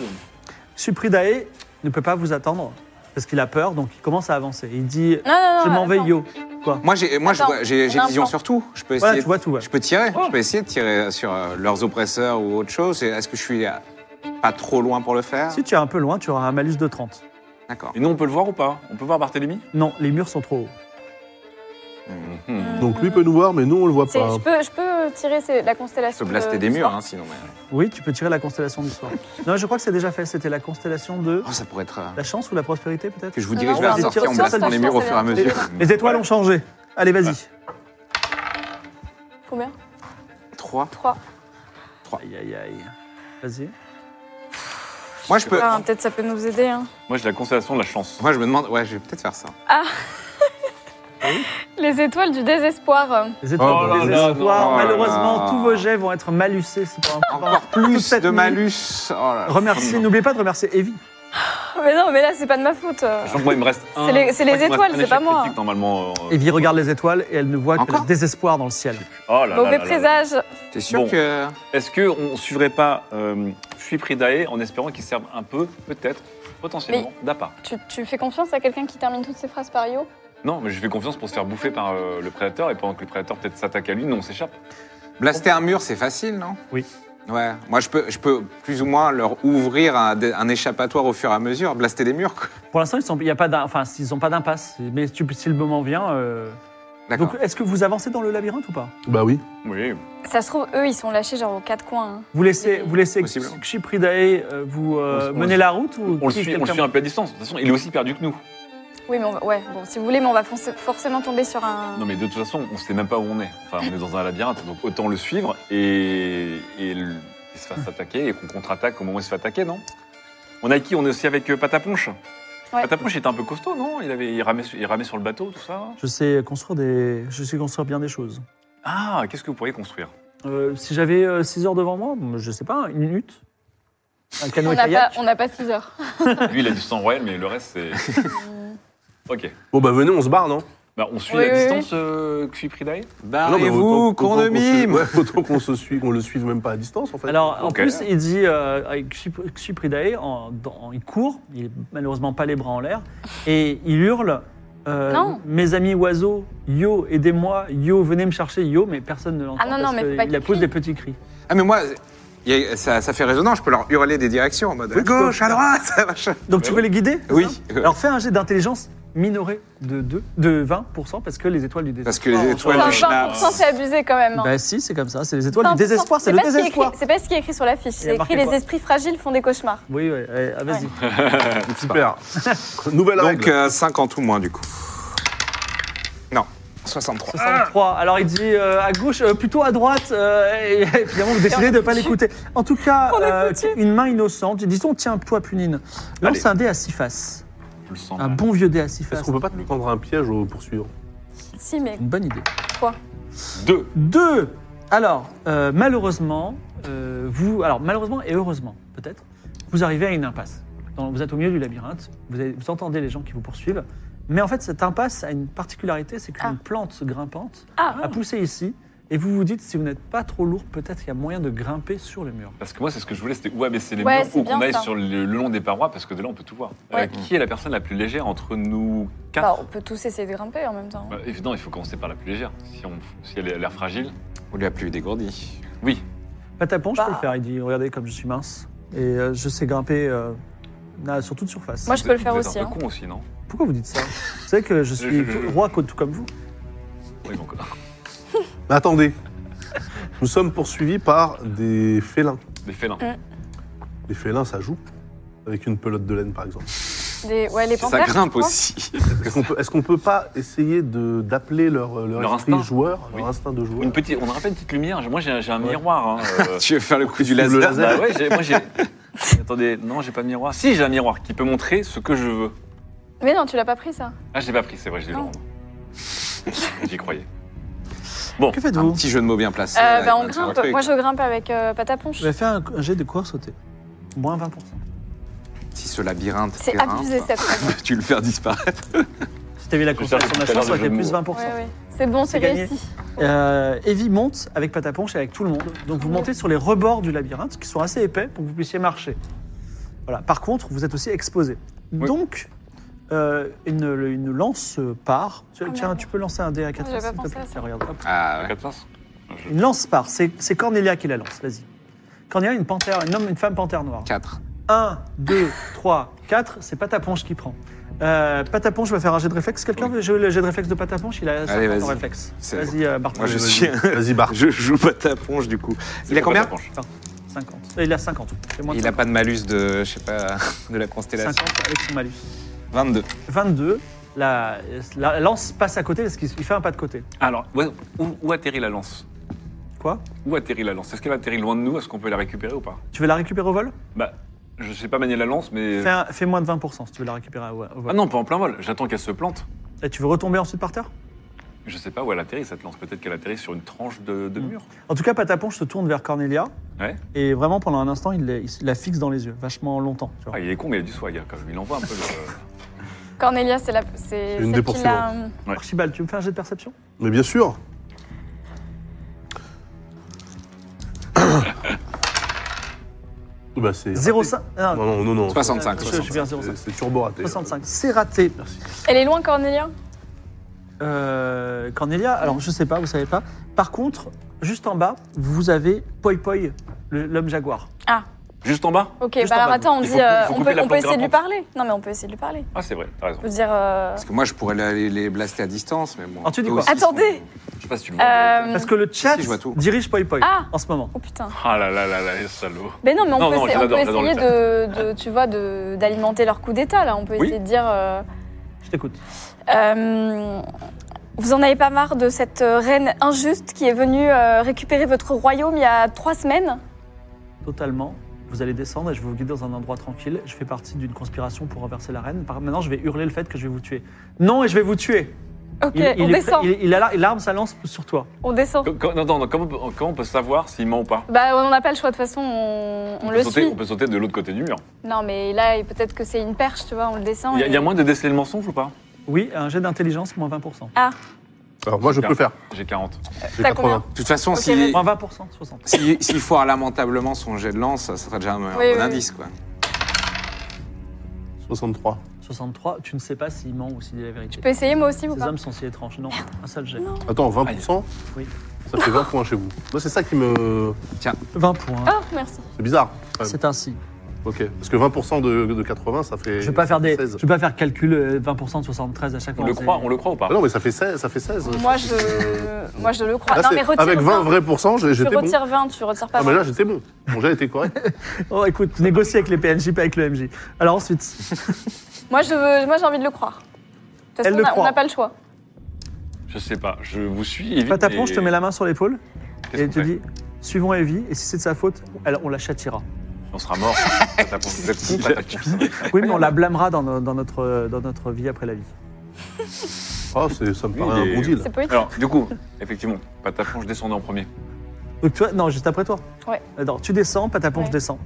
Speaker 4: Supridae ne peut pas vous attendre parce qu'il a peur, donc il commence à avancer. Il dit
Speaker 2: Non, non, non.
Speaker 4: Je m'en vais,
Speaker 2: Ah, attends.
Speaker 4: yo. Quoi
Speaker 3: Moi, j'ai moi, je
Speaker 2: Attends,
Speaker 3: vois- j'ai j'ai
Speaker 2: on a un
Speaker 3: vision
Speaker 2: plan.
Speaker 3: sur tout. Je peux essayer.
Speaker 4: Voilà,
Speaker 3: de-
Speaker 4: tu vois tout. ouais.
Speaker 3: Je peux tirer,
Speaker 5: Oh.
Speaker 3: je peux essayer de tirer sur euh, leurs oppresseurs ou autre chose. Et Est-ce que je suis euh, pas trop loin pour le faire
Speaker 4: Si tu es un peu loin, tu auras un malus de 30.
Speaker 3: D'accord.
Speaker 5: Et nous, on peut le voir ou pas On peut voir Barthélemy
Speaker 4: Non, les murs sont trop hauts.
Speaker 3: Mhm.
Speaker 5: Mhm.
Speaker 1: Donc, lui peut nous voir, mais nous, on le voit
Speaker 2: C'est-
Speaker 4: Euh.
Speaker 1: pas. hein.
Speaker 2: Je peux, je peux tirer c'est la
Speaker 3: Je
Speaker 2: constellation.
Speaker 3: peux blaster
Speaker 2: de-
Speaker 3: des
Speaker 2: du
Speaker 3: murs,
Speaker 2: soir
Speaker 3: hein, sinon. mais-
Speaker 4: Oui, tu peux tirer la constellation du soir. non, je crois que c'est déjà fait. C'était la constellation de
Speaker 3: Oh, ça pourrait être. euh,
Speaker 4: la chance ou la prospérité, peut-être
Speaker 3: Que je vous
Speaker 2: Non,
Speaker 3: dirige
Speaker 2: non,
Speaker 3: vers
Speaker 4: on
Speaker 3: la
Speaker 4: va
Speaker 3: sortie
Speaker 4: sortir
Speaker 3: en
Speaker 4: ça,
Speaker 3: blastant
Speaker 4: ça,
Speaker 3: les
Speaker 4: ça,
Speaker 3: murs au
Speaker 2: ça,
Speaker 3: fur et à
Speaker 2: ça,
Speaker 3: mesure.
Speaker 4: Les étoiles ont changé. Allez, vas-y.
Speaker 2: Combien
Speaker 3: Trois.
Speaker 2: 3.
Speaker 4: Aïe, aïe, aïe. Vas-y.
Speaker 3: Moi, je peux.
Speaker 2: Ah, Peut-être ça peut nous aider. Hein.
Speaker 5: Moi, j'ai la constellation de la chance.
Speaker 3: Moi, je me demande. Ouais, je vais peut-être faire ça.
Speaker 2: Les étoiles du désespoir. euh,
Speaker 4: Les étoiles
Speaker 1: Oh
Speaker 4: ont
Speaker 1: là
Speaker 4: des
Speaker 5: là,
Speaker 4: espoirs.
Speaker 3: non.
Speaker 4: Malheureusement,
Speaker 3: Oh là
Speaker 4: tous
Speaker 3: là.
Speaker 4: vos jets vont être malucés. C'est pas un-
Speaker 3: Encore
Speaker 4: toute
Speaker 3: plus
Speaker 4: cette
Speaker 3: de
Speaker 4: nuit.
Speaker 3: malus. Oh là là.
Speaker 4: Remercie, n'oubliez pas de remercier Evie.
Speaker 2: Oh, Mais non, mais là, c'est pas de ma faute.
Speaker 5: Sachant que moi, il me reste un.
Speaker 2: C'est les- c'est les
Speaker 5: je crois qu'il me
Speaker 2: étoiles,
Speaker 5: reste un
Speaker 2: c'est pas
Speaker 5: échec
Speaker 2: moi.
Speaker 5: critique, Normalement. euh,
Speaker 4: Evie regarde les étoiles et elle ne voit que
Speaker 3: Encore
Speaker 4: le désespoir dans le ciel.
Speaker 5: Oh là là là
Speaker 2: Mauvais
Speaker 5: là là.
Speaker 2: présage.
Speaker 3: T'es sûr
Speaker 5: Bon.
Speaker 3: que.
Speaker 5: Est-ce qu'on ne suivrait pas euh, Fridae en espérant qu'il serve un peu, peut-être, potentiellement, d'appât
Speaker 2: Tu, tu fais confiance à quelqu'un qui termine toutes ses phrases par yo
Speaker 5: Non, mais je fais confiance pour se faire bouffer par euh, le prédateur et pendant que le prédateur peut-être s'attaque à lui, nous on s'échappe.
Speaker 3: Blaster un mur, c'est facile, non
Speaker 4: Oui.
Speaker 3: Ouais, moi je peux, je peux plus ou moins leur ouvrir un, dé- un échappatoire au fur et à mesure, blaster des murs. quoi.
Speaker 4: Pour l'instant, ils sont- il y a pas d'im- enfin, ils n'ont pas d'impasse. Mais tu- si le moment vient. euh,
Speaker 3: D'accord.
Speaker 4: Donc, est-ce que vous avancez dans le labyrinthe ou pas
Speaker 1: Bah oui.
Speaker 5: Oui.
Speaker 2: Ça se trouve, eux, ils sont lâchés genre aux quatre coins. hein.
Speaker 4: Vous laissez, vous laissez
Speaker 3: Possiblement.
Speaker 4: Kshipri-Dae, euh, vous euh,
Speaker 5: On le-
Speaker 4: mener la route ou
Speaker 5: On le,
Speaker 4: qui-
Speaker 5: suit, on le
Speaker 4: quelqu'un-
Speaker 5: suit un peu à distance. De toute façon, il est aussi perdu que nous.
Speaker 2: Oui, mais on va... ouais, bon, si vous voulez, mais on va foncer- forcément tomber sur un.
Speaker 5: Non, mais de toute façon, on sait même pas où on est. Enfin, on est dans un labyrinthe, donc autant le suivre et, et le- qu'il se fasse attaquer et qu'on contre-attaque au moment où il se fait attaquer, non On a qui On est aussi avec euh, Pataponche.
Speaker 2: Ouais.
Speaker 5: Pataponche était un peu costaud, non il, avait, il, ramait, sur- il ramait sur le bateau, tout ça.
Speaker 4: Je sais construire des, je sais construire bien des choses.
Speaker 5: Ah, qu'est-ce que vous pourriez construire
Speaker 4: Euh, si j'avais 6 heures devant moi, je sais pas, une minute, un
Speaker 2: On
Speaker 4: canoë
Speaker 2: n'a pas,
Speaker 4: kayak.
Speaker 2: on n'a pas six heures.
Speaker 5: Lui, il a du sang royal, mais le reste,
Speaker 2: [laughs]
Speaker 5: c'est. ok.
Speaker 1: Bon bah venez, on se barre, non
Speaker 5: Bah, on suit
Speaker 2: Oui,
Speaker 5: à
Speaker 2: oui,
Speaker 5: distance euh, Kfipridae
Speaker 1: Non, mais
Speaker 3: Barrez-vous,
Speaker 1: autant-
Speaker 3: con
Speaker 1: autant
Speaker 3: de
Speaker 1: qu'on se-
Speaker 3: mime
Speaker 1: ouais, Autant qu'on se suit, qu'on le suive même pas à distance, en fait.
Speaker 4: Alors en
Speaker 5: Ok.
Speaker 4: plus, il dit euh, avec Kship- Kshipri-Dae, en- dans- il court, il est malheureusement pas les bras en l'air, et il hurle. euh,
Speaker 2: Non.
Speaker 4: Mes amis oiseaux, yo, aidez-moi, yo, venez me chercher, yo, mais personne ne l'entend.
Speaker 2: Ah non, non,
Speaker 4: parce
Speaker 2: mais
Speaker 4: que
Speaker 2: faut pas
Speaker 4: Il
Speaker 2: qu'il
Speaker 4: pousse
Speaker 2: crie.
Speaker 4: des petits cris.
Speaker 3: Ah, mais moi, il y a- ça, ça fait résonance, je peux leur hurler des directions en mode à
Speaker 4: tu peux.
Speaker 3: gauche, à droite, [laughs] machin.
Speaker 4: Donc tu
Speaker 5: Ouais,
Speaker 4: veux les guider c'est
Speaker 3: Oui.
Speaker 4: ça Alors fais un jet d'intelligence minoré de, 2, de 20% parce que les étoiles du désespoir.
Speaker 3: Parce que
Speaker 1: Oh,
Speaker 3: les étoiles
Speaker 2: Enfin,
Speaker 3: du schnapp.
Speaker 2: 20%, c'est abusé quand même. hein.
Speaker 4: Bah si, c'est comme ça, c'est les étoiles
Speaker 2: 20%,
Speaker 4: du désespoir, c'est le
Speaker 2: pas ce qui est écrit-
Speaker 4: désespoir.
Speaker 2: C'est pas ce qui est écrit sur la fiche.
Speaker 4: Il y a
Speaker 2: C'est
Speaker 4: marqué
Speaker 2: écrit
Speaker 4: quoi
Speaker 2: les esprits fragiles font des cauchemars.
Speaker 4: Oui, oui, allez, ah, vas-y.
Speaker 1: Super. Nouvelle
Speaker 3: Donc euh,
Speaker 1: règle.
Speaker 3: 50 ou moins du coup. Non, 63.
Speaker 4: 63. Alors il dit euh, à gauche, euh, plutôt à droite, euh, et [laughs] finalement vous décidez
Speaker 2: on est
Speaker 4: de ne pas
Speaker 2: foutus.
Speaker 4: l'écouter. En tout cas,
Speaker 2: On est
Speaker 4: euh,
Speaker 2: foutus.
Speaker 4: une main innocente, disons tiens, toi punine, lance
Speaker 5: Allez.
Speaker 4: un dé à six faces.
Speaker 5: Je le sens.
Speaker 4: Un bon vieux dé à six
Speaker 1: Est-ce
Speaker 4: faces.
Speaker 1: qu'on peut pas te prendre un piège au poursuivant
Speaker 2: Si, mais
Speaker 4: Une bonne idée.
Speaker 5: Deux.
Speaker 4: Deux. Alors, euh, malheureusement, euh, vous, alors malheureusement et heureusement, peut-être, vous arrivez à une impasse. Dans- vous êtes au milieu du labyrinthe, vous, avez- vous entendez les gens qui vous poursuivent, mais en fait, cette impasse a une particularité, c'est qu'une
Speaker 2: Ah.
Speaker 4: plante grimpante
Speaker 2: Ah.
Speaker 4: a poussé ici, et vous vous dites, si vous n'êtes pas trop lourd, peut-être qu'il y a moyen de grimper sur le mur.
Speaker 5: Parce que moi, c'est ce que je voulais, c'était où abaisser les
Speaker 2: Ouais,
Speaker 5: murs
Speaker 2: c'est
Speaker 5: ou qu'on
Speaker 2: bien
Speaker 5: aille
Speaker 2: ça.
Speaker 5: sur le, le long des parois, parce que de là, on peut tout voir. Euh,
Speaker 2: Ouais.
Speaker 5: qui est la personne la plus légère entre nous
Speaker 2: bah,
Speaker 5: quatre
Speaker 2: on peut tous essayer de grimper en même temps.
Speaker 5: Bah, Évidemment, il faut commencer par la plus légère. Si, on, si elle a l'air fragile,
Speaker 3: On lui a plus dégourdi.
Speaker 5: oui.
Speaker 4: Patapon, je peux
Speaker 2: Bah.
Speaker 4: le faire, il dit, regardez comme je suis mince, et euh, je sais grimper euh, na- sur toute surface.
Speaker 2: Moi, je
Speaker 5: Vous
Speaker 2: peux
Speaker 5: êtes-
Speaker 2: le faire
Speaker 5: vous êtes
Speaker 2: aussi,
Speaker 5: Un
Speaker 2: hein.
Speaker 5: peu con aussi, non
Speaker 4: Pourquoi vous dites ça Vous savez que je suis
Speaker 5: je- je-
Speaker 4: roi tout comme vous.
Speaker 5: Oui, donc, [laughs]
Speaker 1: Mais attendez. Nous sommes poursuivis par des félins.
Speaker 5: Des félins.
Speaker 1: Les félins, ça joue. Avec une pelote de laine, par exemple.
Speaker 2: hein. Des- ouais, les
Speaker 3: Ça
Speaker 2: panthères,
Speaker 3: grimpe
Speaker 2: je crois.
Speaker 3: aussi. [laughs]
Speaker 1: Est-ce qu'on peut, est-ce qu'on peut pas essayer de- d'appeler leur, euh, leur,
Speaker 5: Leur
Speaker 1: esprit
Speaker 5: instinct.
Speaker 1: joueur,
Speaker 5: Oui.
Speaker 1: leur instinct de joueur
Speaker 5: Une petite, on aura pas une petite lumière. J'ai- Moi, j'ai un, j'ai un miroir. hein,
Speaker 3: [laughs]
Speaker 5: euh,
Speaker 3: Tu veux faire le coup du
Speaker 1: Le
Speaker 3: laser,
Speaker 1: laser.
Speaker 5: bah ouais, j'ai- moi, j'ai. [laughs] Attendez, non, j'ai pas de miroir. Si, j'ai un miroir qui peut montrer ce que je veux.
Speaker 2: Mais non, tu l'as pas pris ça.
Speaker 5: Ah, j'ai pas pris, c'est vrai, je l'ai
Speaker 2: Non.
Speaker 5: rendre. [laughs] J'y croyais.
Speaker 4: Que
Speaker 3: Un
Speaker 4: faites-vous
Speaker 3: petit jeu de mots bien placé.
Speaker 2: Euh,
Speaker 3: là,
Speaker 2: bah, on
Speaker 3: avec un
Speaker 2: grimpe.
Speaker 3: truc.
Speaker 2: Moi, je grimpe avec euh, Pataponche.
Speaker 4: Je vais faire un, un jet de coureur sauté. Moins 20%.
Speaker 3: Si ce labyrinthe.
Speaker 2: C'est
Speaker 3: grimpe,
Speaker 2: abusé cette raison.
Speaker 3: Tu le faire disparaître.
Speaker 4: Si t'avais la course sur
Speaker 5: cherche
Speaker 4: ma
Speaker 5: tout à l'heure
Speaker 4: chance, ça aurait
Speaker 5: le jeu
Speaker 4: été
Speaker 5: de
Speaker 4: plus
Speaker 5: mots.
Speaker 4: 20%.
Speaker 2: Ouais, ouais. C'est bon,
Speaker 4: C'est
Speaker 2: c'est
Speaker 4: gagné.
Speaker 2: réussi.
Speaker 4: Euh, Evie monte avec Pataponche et avec tout le monde. Donc vous montez sur les rebords du labyrinthe qui sont assez épais pour que vous puissiez marcher. Voilà. Par contre, vous êtes aussi exposé.
Speaker 5: Oui.
Speaker 4: Donc, euh, une, une lance part. Tu-
Speaker 2: Ah,
Speaker 4: Tiens,
Speaker 2: merde.
Speaker 4: tu peux lancer un dé à 4
Speaker 2: j'avais
Speaker 4: s'il
Speaker 2: pas
Speaker 4: te
Speaker 2: pensé
Speaker 4: plaît.
Speaker 2: à ça.
Speaker 4: Tiens, regarde, hop.
Speaker 3: Ah ouais.
Speaker 5: Quatre pinces.
Speaker 4: Une lance part. C'est c'est Cornelia qui la lance. Vas-y. Cornelia, une panthère, un homme, une femme panthère noire.
Speaker 3: 4.
Speaker 4: 1, 2, 3, 4, c'est Pataponche qui prend. Euh, Pataponche va faire un jet de réflexe. Quelqu'un
Speaker 5: Oui.
Speaker 4: veut jouer le jet de réflexe de Pataponche Il a 50
Speaker 3: vas-y.
Speaker 4: en réflexe.
Speaker 3: C'est-
Speaker 4: Vas-y, euh, Barton.
Speaker 3: Moi, je
Speaker 1: Allez, vas-y.
Speaker 3: suis-
Speaker 5: [laughs]
Speaker 1: Vas-y, barre.
Speaker 3: Ah. Je joue pas ta ponche du coup. Il a combien
Speaker 4: 50. Euh, Il a 50. C'est moins de
Speaker 3: Il a pas de malus de, je sais pas, de la
Speaker 4: 50
Speaker 3: constellation.
Speaker 4: 50 avec son malus.
Speaker 3: 22.
Speaker 4: 22. La, la lance passe à côté parce qu'il il fait un pas de côté.
Speaker 5: Alors, ouais, où, où atterrit la lance
Speaker 4: Quoi
Speaker 5: Où atterrit la lance Est-ce qu'elle atterrit loin de nous Est-ce qu'on peut la récupérer ou pas
Speaker 4: Tu veux la récupérer au vol
Speaker 5: Bah, je sais pas manier la lance,
Speaker 3: Euh.
Speaker 5: mais.
Speaker 4: fais, un- fais moins de 20% si tu veux la récupérer au, au
Speaker 5: Ah
Speaker 4: vol.
Speaker 5: non, pas en plein vol. J'attends qu'elle se plante.
Speaker 4: Et tu veux retomber ensuite par terre
Speaker 3: Mm.
Speaker 5: Je sais pas où elle atterrit cette lance. Peut-être qu'elle atterrit sur une tranche de, de mur.
Speaker 4: En tout cas, Pataponche se tourne vers Cornelia
Speaker 5: Ouais.
Speaker 4: Et vraiment, pendant un instant, il, la- il la fixe dans les yeux, vachement longtemps. tu vois.
Speaker 5: Ah, il est con, mais il a du swag hein, quand même. Il envoie un peu le.
Speaker 2: Cornelia, c'est la. C'est
Speaker 1: une
Speaker 2: celle
Speaker 1: des
Speaker 2: qui
Speaker 1: poursuivantes.
Speaker 2: l'a-
Speaker 4: Archibald, tu me fais un jet de perception
Speaker 1: Mais bien sûr. bah c'est.
Speaker 4: 0,5. ah,
Speaker 1: Non, non, non, non.
Speaker 3: 65,
Speaker 4: Je suis bien 0,5.
Speaker 1: C'est- C'est turbo raté.
Speaker 4: 65, c'est raté.
Speaker 1: Merci.
Speaker 2: Elle est loin, Cornelia
Speaker 4: Euh, Cornelia, alors je sais pas, vous savez pas. Par contre, juste en bas, vous avez Poi Poi, le- l'homme jaguar.
Speaker 5: Juste en bas
Speaker 2: Ok,
Speaker 4: Juste
Speaker 2: bah
Speaker 4: en
Speaker 2: alors
Speaker 4: bas.
Speaker 2: attends, on
Speaker 5: Il
Speaker 2: dit.
Speaker 5: faut- il
Speaker 2: euh,
Speaker 5: faut
Speaker 2: on
Speaker 5: couper
Speaker 2: peut,
Speaker 5: la
Speaker 2: on peut
Speaker 5: plante
Speaker 2: essayer de lui
Speaker 5: grimpante.
Speaker 2: parler. Non, mais on peut essayer de lui parler.
Speaker 5: Ah, c'est vrai, t'as raison.
Speaker 2: On peut dire. euh,
Speaker 3: Parce que moi, je pourrais les, les blaster à distance, mais bon.
Speaker 4: Alors, tu dis
Speaker 3: eux
Speaker 4: quoi
Speaker 3: aussi sont-
Speaker 2: Attendez
Speaker 5: Je sais pas si tu le vois. mais-
Speaker 2: euh,
Speaker 4: Parce que le chat
Speaker 3: Si, je vois tout.
Speaker 4: dirige Poi Poi
Speaker 2: Ah
Speaker 4: en ce moment.
Speaker 2: Oh putain.
Speaker 5: Ah là là là là, les salauds.
Speaker 2: Mais non, mais on
Speaker 5: Non,
Speaker 2: peut,
Speaker 5: non,
Speaker 2: essayer-
Speaker 5: je
Speaker 2: on peut
Speaker 5: l'adore, j'adore
Speaker 2: essayer de, de- tu vois, de- d'alimenter leur coup d'état là. On peut
Speaker 5: Oui.
Speaker 2: essayer de dire. euh,
Speaker 4: Je t'écoute.
Speaker 2: Euh, vous en avez pas marre de cette euh, reine injuste qui est venue euh, récupérer votre royaume il y a trois semaines
Speaker 4: Totalement. Vous allez descendre et je vais vous guider dans un endroit tranquille. Je fais partie d'une conspiration pour renverser la reine. Par- Maintenant, je vais hurler le fait que je vais vous tuer. Non, et je vais vous tuer.
Speaker 2: Ok,
Speaker 4: Il, il
Speaker 2: on,
Speaker 4: est prêt-
Speaker 2: descend,
Speaker 4: il- il a la- il arme sa lance sur toi.
Speaker 2: on descend,
Speaker 5: Co- co- Non, non, non, comment, on peut- comment on peut savoir s'il ment ou pas
Speaker 2: Bah, on n'a pas le choix de toute façon, on, on
Speaker 5: peut
Speaker 2: le
Speaker 5: sauter,
Speaker 2: suit.
Speaker 5: on peut sauter de l'autre côté du mur.
Speaker 2: Non, mais là, peut-être que c'est une perche, tu vois, on le descend.
Speaker 5: Il y, a-
Speaker 2: et-
Speaker 5: il y a moyen de déceler le mensonge ou pas
Speaker 4: Oui, un jet d'intelligence, moins 20%.
Speaker 1: Alors moi je peux le faire.
Speaker 5: J'ai 40.
Speaker 1: J'ai
Speaker 2: T'as combien
Speaker 1: 80.
Speaker 3: De toute façon,
Speaker 2: Ok,
Speaker 3: si-
Speaker 2: vas-y.
Speaker 4: Moins 20%, 60.
Speaker 3: si- s'il foire lamentablement son jet de lance, ça serait déjà un,
Speaker 2: Oui,
Speaker 3: un
Speaker 2: oui,
Speaker 3: bon
Speaker 2: oui.
Speaker 3: indice, quoi.
Speaker 1: 63.
Speaker 4: 63, tu ne sais pas s'il ment ou s'il dit la vérité.
Speaker 2: Je peux essayer moi aussi ou
Speaker 4: Ces
Speaker 2: pas
Speaker 4: hommes sont si étranges. Non, un seul jet.
Speaker 1: Attends, 20%
Speaker 4: Oui.
Speaker 1: Ça fait 20 points chez vous. Moi c'est ça qui me.
Speaker 4: 20 points.
Speaker 2: Ah, merci.
Speaker 1: C'est bizarre. Ouais,
Speaker 4: C'est ainsi.
Speaker 1: Ok. Parce que 20% de, de 80, ça fait.
Speaker 4: Je vais pas faire des,
Speaker 1: 16.
Speaker 4: je vais pas faire calcul euh, 20% de 73 à chaque
Speaker 5: On
Speaker 4: fois.
Speaker 5: le
Speaker 4: c'est-
Speaker 5: croit, on le croit ou pas
Speaker 1: Ah non, mais ça fait 16. Ça fait 16.
Speaker 2: Moi, je, moi, je le crois.
Speaker 1: Là,
Speaker 2: non,
Speaker 1: Ah, c'est-
Speaker 2: mais retire
Speaker 1: avec 20 vrais pourcents, j'ai-
Speaker 2: Tu
Speaker 1: j'étais bon.
Speaker 2: retires 20, tu retires pas
Speaker 1: Ah, mais
Speaker 2: 20.
Speaker 1: là, j'étais bon. Mon jet était correct.
Speaker 2: [laughs]
Speaker 4: Oh, écoute, négocier avec les PNJ, pas avec le MJ. Alors ensuite,
Speaker 2: Moi, je veux- moi, j'ai envie de le croire. De toute
Speaker 4: Elle
Speaker 2: façon,
Speaker 4: le
Speaker 2: on a- on
Speaker 4: croit.
Speaker 2: n'a pas le choix.
Speaker 5: Je sais pas, je vous suis. Evie,
Speaker 4: Patapon,
Speaker 5: mais-
Speaker 4: je te mets la main sur l'épaule
Speaker 5: Qu'est-ce
Speaker 4: et
Speaker 5: qu'on
Speaker 4: te
Speaker 5: fait
Speaker 4: dis suivons Evie, et si c'est de sa faute, alors on la châtiera.
Speaker 5: On sera
Speaker 4: [laughs]
Speaker 5: mort. Patapon, vous êtes con, Patapon.
Speaker 4: Oui, mais on la blâmera dans, no- dans notre, euh, dans notre vie après la vie.
Speaker 1: Oh, c'est- ça me
Speaker 5: Oui,
Speaker 1: paraît
Speaker 5: il
Speaker 1: un
Speaker 5: est-
Speaker 1: bon deal.
Speaker 2: C'est poétique.
Speaker 5: Alors, du coup, effectivement, Patapon, je descendais en premier.
Speaker 4: Donc toi, non, juste après toi.
Speaker 2: Ouais.
Speaker 4: Attends, tu descends, Patapon,
Speaker 2: Ouais.
Speaker 4: je descends.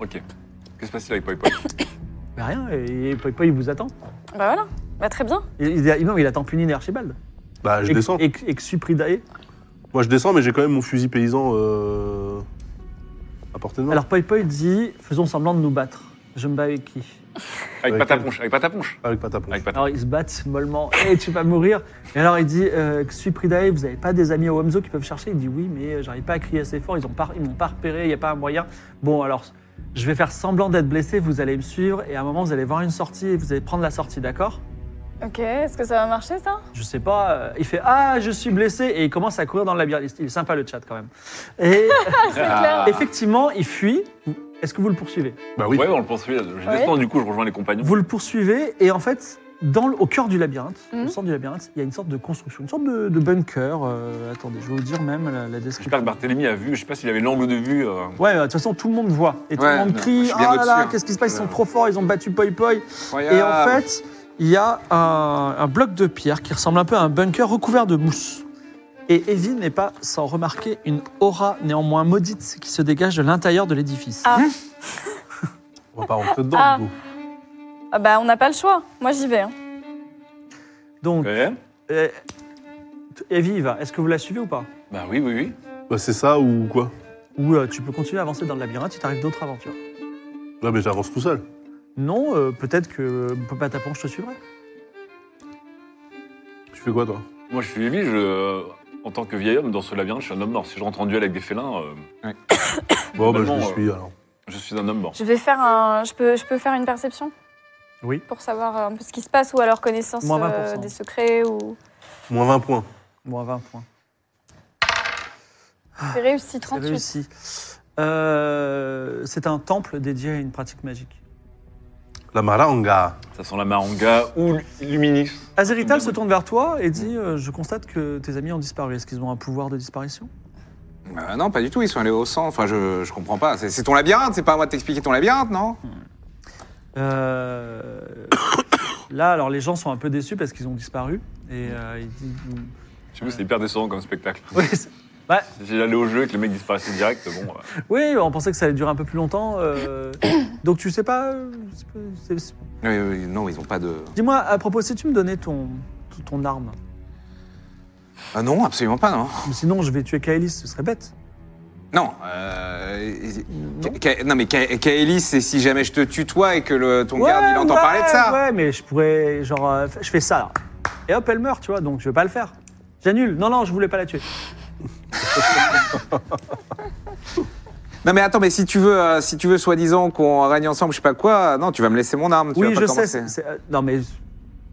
Speaker 5: Ok. Qu'est-ce qui se passe avec Poi Poi
Speaker 4: Mais rien, et, et Poi Poi, il vous attend.
Speaker 2: Bah voilà, bah très bien.
Speaker 4: Il, il- non, il attend Punine et Archibald.
Speaker 1: Bah, je
Speaker 4: Et-
Speaker 1: descends.
Speaker 4: Et, et Xupridae.
Speaker 1: Moi, je descends, mais j'ai quand même mon fusil paysan euh, à portée de main.
Speaker 4: Alors Poi Poi dit faisons semblant de nous battre. Je me bats avec qui
Speaker 5: Avec
Speaker 1: Avec
Speaker 5: Pataponche, avec Pataponche.
Speaker 1: Avec Patapon.
Speaker 5: Avec Patapon.
Speaker 4: Alors ils se battent mollement. Hé, tu vas mourir. Et alors il dit euh, Xupridae, vous n'avez pas des amis au Hamzo qui peuvent chercher Il dit oui, mais euh, j'arrive pas à crier assez fort. Ils ont pas, ils m'ont pas repéré. Il n'y a pas un moyen. Bon, alors je vais faire semblant d'être blessé. Vous allez me suivre et à un moment vous allez voir une sortie et vous allez prendre la sortie, d'accord
Speaker 2: Ok, est-ce que ça va marcher ça
Speaker 4: Je sais pas. euh, il fait ah, je suis blessé et il commence à courir dans le labyrinthe. Il est sympa le chat quand même. Et
Speaker 2: Ah,
Speaker 5: Ah.
Speaker 2: clair.
Speaker 4: effectivement, il fuit. Est-ce que vous le poursuivez
Speaker 1: Bah oui.
Speaker 5: Ouais, Ah on le poursuit. Je descends, du coup, je rejoins les compagnons.
Speaker 4: Vous le poursuivez et en fait, dans le- au cœur du labyrinthe,
Speaker 2: Mhm.
Speaker 4: au centre du labyrinthe, il y a une sorte de construction, une sorte de, de bunker. euh, attendez, je vais vous dire même la, la description.
Speaker 5: J'espère que Barthélemy a vu, je sais pas s'il avait l'angle de vue. euh,
Speaker 4: Ouais, de toute façon, tout le monde voit et tout
Speaker 3: Ouais,
Speaker 4: le monde
Speaker 3: non, je
Speaker 4: crie.
Speaker 3: suis
Speaker 4: Oh
Speaker 3: bien
Speaker 4: là là,
Speaker 3: au-dessus,
Speaker 4: qu'est-ce qui se passe Ils sont
Speaker 3: hein. euh,
Speaker 4: trop forts, ils ont battu Poi Poi. Et en
Speaker 3: Incroyable.
Speaker 4: fait, il y a un, un bloc de pierre qui ressemble un peu à un bunker recouvert de mousse. Et Evie n'est pas sans remarquer une aura néanmoins maudite qui se dégage de l'intérieur de l'édifice.
Speaker 2: Ah.
Speaker 1: On va pas rentrer dedans,
Speaker 2: Ah.
Speaker 1: du coup.
Speaker 2: Ah bah on n'a pas le choix, moi j'y vais. hein.
Speaker 4: Donc,
Speaker 5: ouais.
Speaker 4: euh, Evie y va. Est-ce que vous la suivez ou pas
Speaker 5: Bah oui, oui, oui.
Speaker 1: Bah, c'est ça ou quoi
Speaker 4: Ou euh, tu peux continuer à avancer dans le labyrinthe, il t'arrive d'autres aventures.
Speaker 1: Là, mais j'avance tout seul.
Speaker 4: Non, euh, peut-être que Papa Tapon, je te suivrai.
Speaker 1: Tu fais quoi, toi
Speaker 5: Moi, je suis Evie, je. En tant que vieil homme, dans ce labyrinthe, je suis un homme mort. Si je rentre en duel avec des félins, euh, [coughs]
Speaker 1: Bon, bah, je
Speaker 5: Globalement, euh,
Speaker 1: le suis, alors.
Speaker 5: je suis un homme mort.
Speaker 2: Je vais faire un. Je peux, je peux faire une perception
Speaker 4: Oui.
Speaker 2: Pour savoir euh, un peu ce qui se passe ou alors connaissance
Speaker 4: Moins
Speaker 2: euh,
Speaker 4: 20%.
Speaker 2: des secrets ou.
Speaker 1: Moins 20 points.
Speaker 4: Bon, à 20 points.
Speaker 2: C'est réussi,
Speaker 4: Ah, C'est
Speaker 2: 38.
Speaker 4: réussi. Euh, c'est un temple dédié à une pratique magique.
Speaker 1: La maranga.
Speaker 5: Ça sent la maranga ou l'uminis.
Speaker 4: Azerital se tourne vers toi et dit euh, Je constate que tes amis ont disparu. Est-ce qu'ils ont un pouvoir de disparition
Speaker 3: Euh, non, pas du tout, ils sont allés au sang. Enfin, je, je comprends pas. C'est c'est ton labyrinthe, c'est pas à moi de t'expliquer ton labyrinthe, non
Speaker 4: Euh, [coughs] Là, alors les gens sont un peu déçus parce qu'ils ont disparu. Et euh, ils disent [laughs]
Speaker 5: Je sais pas, c'est hyper décevant comme spectacle.
Speaker 4: Ouais, c'est- Bah.
Speaker 5: Si j'allais au jeu et que le mec disparaissait direct, bon.
Speaker 4: [laughs]
Speaker 5: euh,
Speaker 4: Oui, on pensait que ça allait durer un peu plus longtemps. euh, [coughs] donc tu sais pas. euh, c'est pas- c'est- c'est-
Speaker 3: Oui, oui, oui, non, ils n'ont pas de.
Speaker 4: Dis-moi, à propos, si tu me donnais ton, ton arme,
Speaker 3: Ah non, absolument pas, non.
Speaker 4: sinon je vais tuer Kaelis, ce serait bête.
Speaker 3: Non. euh,
Speaker 4: Non.
Speaker 3: Ka- Ka- non, mais Ka- Kaelis, c'est si jamais je te tue toi et que le, ton garde il entend
Speaker 4: ouais,
Speaker 3: parler de ça.
Speaker 4: Ouais, mais je pourrais, genre, euh, je fais ça, là. et hop, elle meurt, tu vois, donc je vais pas le faire. J'annule. Non, non, je voulais pas la tuer.
Speaker 3: Non, mais attends, mais si tu veux, euh, si tu veux soi-disant qu'on règne ensemble, je sais pas quoi, euh, non, tu vas me laisser mon arme. tu
Speaker 4: oui,
Speaker 3: vas pas
Speaker 4: je sais.
Speaker 3: commencer.
Speaker 4: c'est- c'est- euh, non, mais.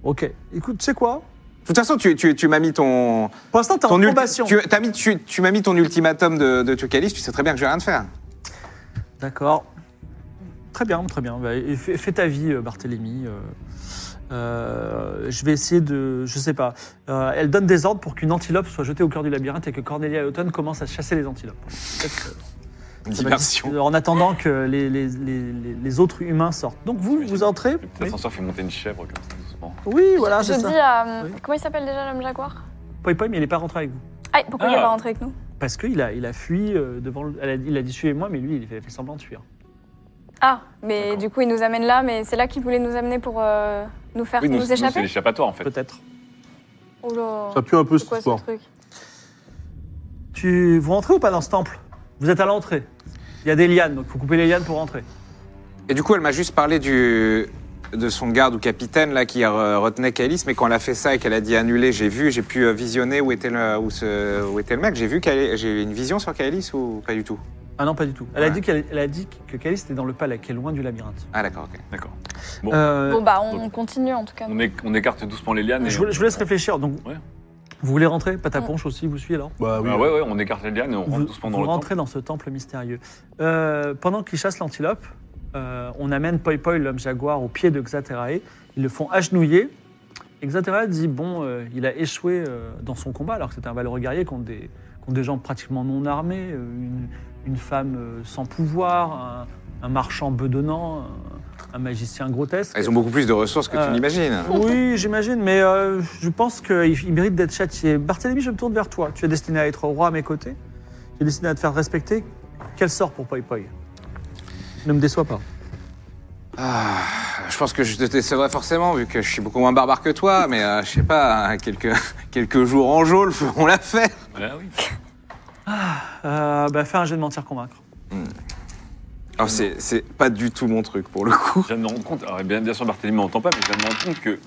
Speaker 4: Ok. Écoute, tu sais quoi
Speaker 3: De toute façon, tu, tu, tu m'as mis ton.
Speaker 4: Pour l'instant, t'es en
Speaker 3: ton ulti-
Speaker 4: probation.
Speaker 3: tu t'as mis- tu- tu m'as mis ton ultimatum de, de Tucalis, tu sais très bien que je vais rien te
Speaker 4: Ah
Speaker 3: faire.
Speaker 4: bah, D'accord. Très bien, très bien. Bah, et fais, fais ta vie, euh, Barthélemy. euh, euh, je vais essayer de. Je sais pas. Euh, elle donne des ordres pour qu'une antilope soit jetée au cœur du labyrinthe et que Cornelia et Autumn commencent à chasser les antilopes. Peut-être que-
Speaker 3: Diversion.
Speaker 4: euh, En attendant que les, les- les- les- les autres humains sortent. Donc vous, vous entrez. Oui,
Speaker 5: L'ascenseur fait monter une chèvre comme ça, doucement.
Speaker 4: Oui, voilà,
Speaker 2: Je
Speaker 4: c'est
Speaker 2: dis
Speaker 4: ça.
Speaker 2: à.
Speaker 4: Oui.
Speaker 2: Comment il s'appelle déjà l'homme jaguar
Speaker 4: Poi Poi, mais il n'est pas rentré avec vous.
Speaker 2: Ah, pourquoi il n'est
Speaker 5: Ah.
Speaker 2: pas rentré avec nous
Speaker 4: Parce qu'il a, il a fui euh, devant. le- elle a- il a dit suivez-moi, mais lui, il fait, fait semblant de fuir.
Speaker 2: Ah, mais
Speaker 5: D'accord.
Speaker 2: du coup, il nous amène là, mais c'est là qu'il voulait nous amener pour euh, nous faire
Speaker 5: Oui, nous,
Speaker 2: nous,
Speaker 5: nous, c'est
Speaker 2: échapper
Speaker 5: l'échappatoire en fait.
Speaker 4: Peut-être.
Speaker 2: Oula.
Speaker 1: Ça pue un peu
Speaker 2: C'est
Speaker 1: cette
Speaker 2: quoi ce
Speaker 1: histoire.
Speaker 2: truc
Speaker 4: Tu, vous rentrez ou pas dans ce temple Vous êtes à l'entrée. Il y a des lianes, donc faut couper les lianes pour rentrer.
Speaker 3: Et du coup, elle m'a juste parlé du, de son garde ou capitaine là qui euh, retenait Kaelis, mais quand elle a fait ça et qu'elle a dit annuler, j'ai vu, j'ai pu euh, visionner où était le, où ce- où était le mec. J'ai vu Kaelis- j'ai eu une vision sur Kaelis ou pas du tout
Speaker 4: Ah non, pas du tout. Elle a
Speaker 3: Ouais.
Speaker 4: dit qu'elle elle a dit que Calice était dans le palais, qui est loin du labyrinthe.
Speaker 3: Ah d'accord, ok.
Speaker 5: D'accord.
Speaker 4: Euh,
Speaker 2: Bon, bah, on
Speaker 5: donc-
Speaker 2: continue en tout cas.
Speaker 5: On, é- on écarte doucement les lianes. et
Speaker 4: je,
Speaker 5: on-
Speaker 4: vous, je vous laisse réfléchir. Donc,
Speaker 5: Ouais.
Speaker 4: vous voulez rentrer Pataponche aussi vous suit alors
Speaker 1: Bah oui.
Speaker 5: Ah ouais, ouais, on écarte les lianes et on rentre
Speaker 4: Vous,
Speaker 5: doucement
Speaker 4: vous
Speaker 5: dans le temple.
Speaker 4: rentrez dans ce temple mystérieux. Euh, pendant qu'ils chassent l'antilope, euh, on amène Poi Poi, l'homme jaguar, au pied de Xaterae. Ils le font agenouiller. Et Xaterae dit bon, euh, il a échoué euh, dans son combat, alors que c'était un valeureux guerrier contre des, contre des gens pratiquement non armés, euh, une, une femme euh, sans pouvoir, un, un marchand bedonnant, un, un magicien grotesque.
Speaker 3: Ils ont beaucoup plus de ressources que
Speaker 4: Euh,
Speaker 3: tu n'imagines.
Speaker 4: Oui, j'imagine, mais euh, je pense qu'il il mérite d'être châtié. Barthélemy, je me tourne vers toi. Tu es destiné à être roi à mes côtés. Tu es destiné à te faire respecter. Quel sort pour Poi Poi Ne me déçois pas.
Speaker 3: Ah, je pense que je te décevrai forcément, vu que je suis beaucoup moins barbare que toi, mais euh, je sais pas, hein, quelques, [laughs] quelques jours en geôle, on l'a fait.
Speaker 5: Voilà, Ah oui.
Speaker 4: Euh, bah, fais un jeu de mentir convaincre.
Speaker 3: Alors, Oh, c'est c'est pas du tout mon truc pour le coup.
Speaker 5: Je viens de me rendre compte, alors, bien, bien sûr Barthélemy m'entend pas, mais je viens de me rendre compte que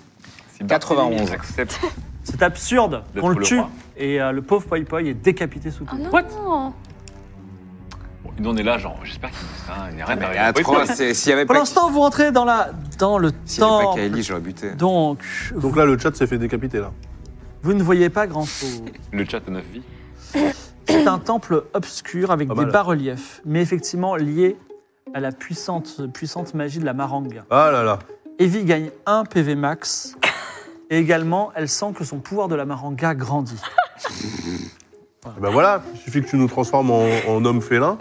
Speaker 5: si
Speaker 3: 91.
Speaker 5: Barthélemy accepte
Speaker 4: C'est absurde
Speaker 5: D'être
Speaker 4: qu'on le
Speaker 5: le
Speaker 4: tue.
Speaker 5: roi.
Speaker 4: Et euh, le pauvre Poi Poi est décapité sous
Speaker 2: Ah
Speaker 4: tout.
Speaker 2: non
Speaker 5: Bon, il en est là, genre, j'espère qu'il ça, il n'y a rien
Speaker 4: bah,
Speaker 3: Ah, Mais
Speaker 5: derrière.
Speaker 3: à trois, c'est- s'il y avait
Speaker 4: Pour
Speaker 3: pas,
Speaker 4: l'instant, vous rentrez dans, la, dans le
Speaker 3: s'il y avait pas
Speaker 4: temple.
Speaker 3: Kaeli, j'aurais buté.
Speaker 4: Donc,
Speaker 1: Donc là, le chat s'est fait décapiter là.
Speaker 4: vous ne voyez pas grand-chose.
Speaker 5: Le chat a 9 vies.
Speaker 4: C'est un temple obscur avec
Speaker 1: Pas
Speaker 4: des
Speaker 1: mal.
Speaker 4: bas-reliefs, mais effectivement lié à la puissante, puissante magie de la marangue.
Speaker 1: Ah là là.
Speaker 4: Evie gagne 1 PV max. [laughs] Et également, elle sent que son pouvoir de la maranga grandit.
Speaker 1: Eh Ben voilà, il suffit que tu nous transformes en, en homme félin.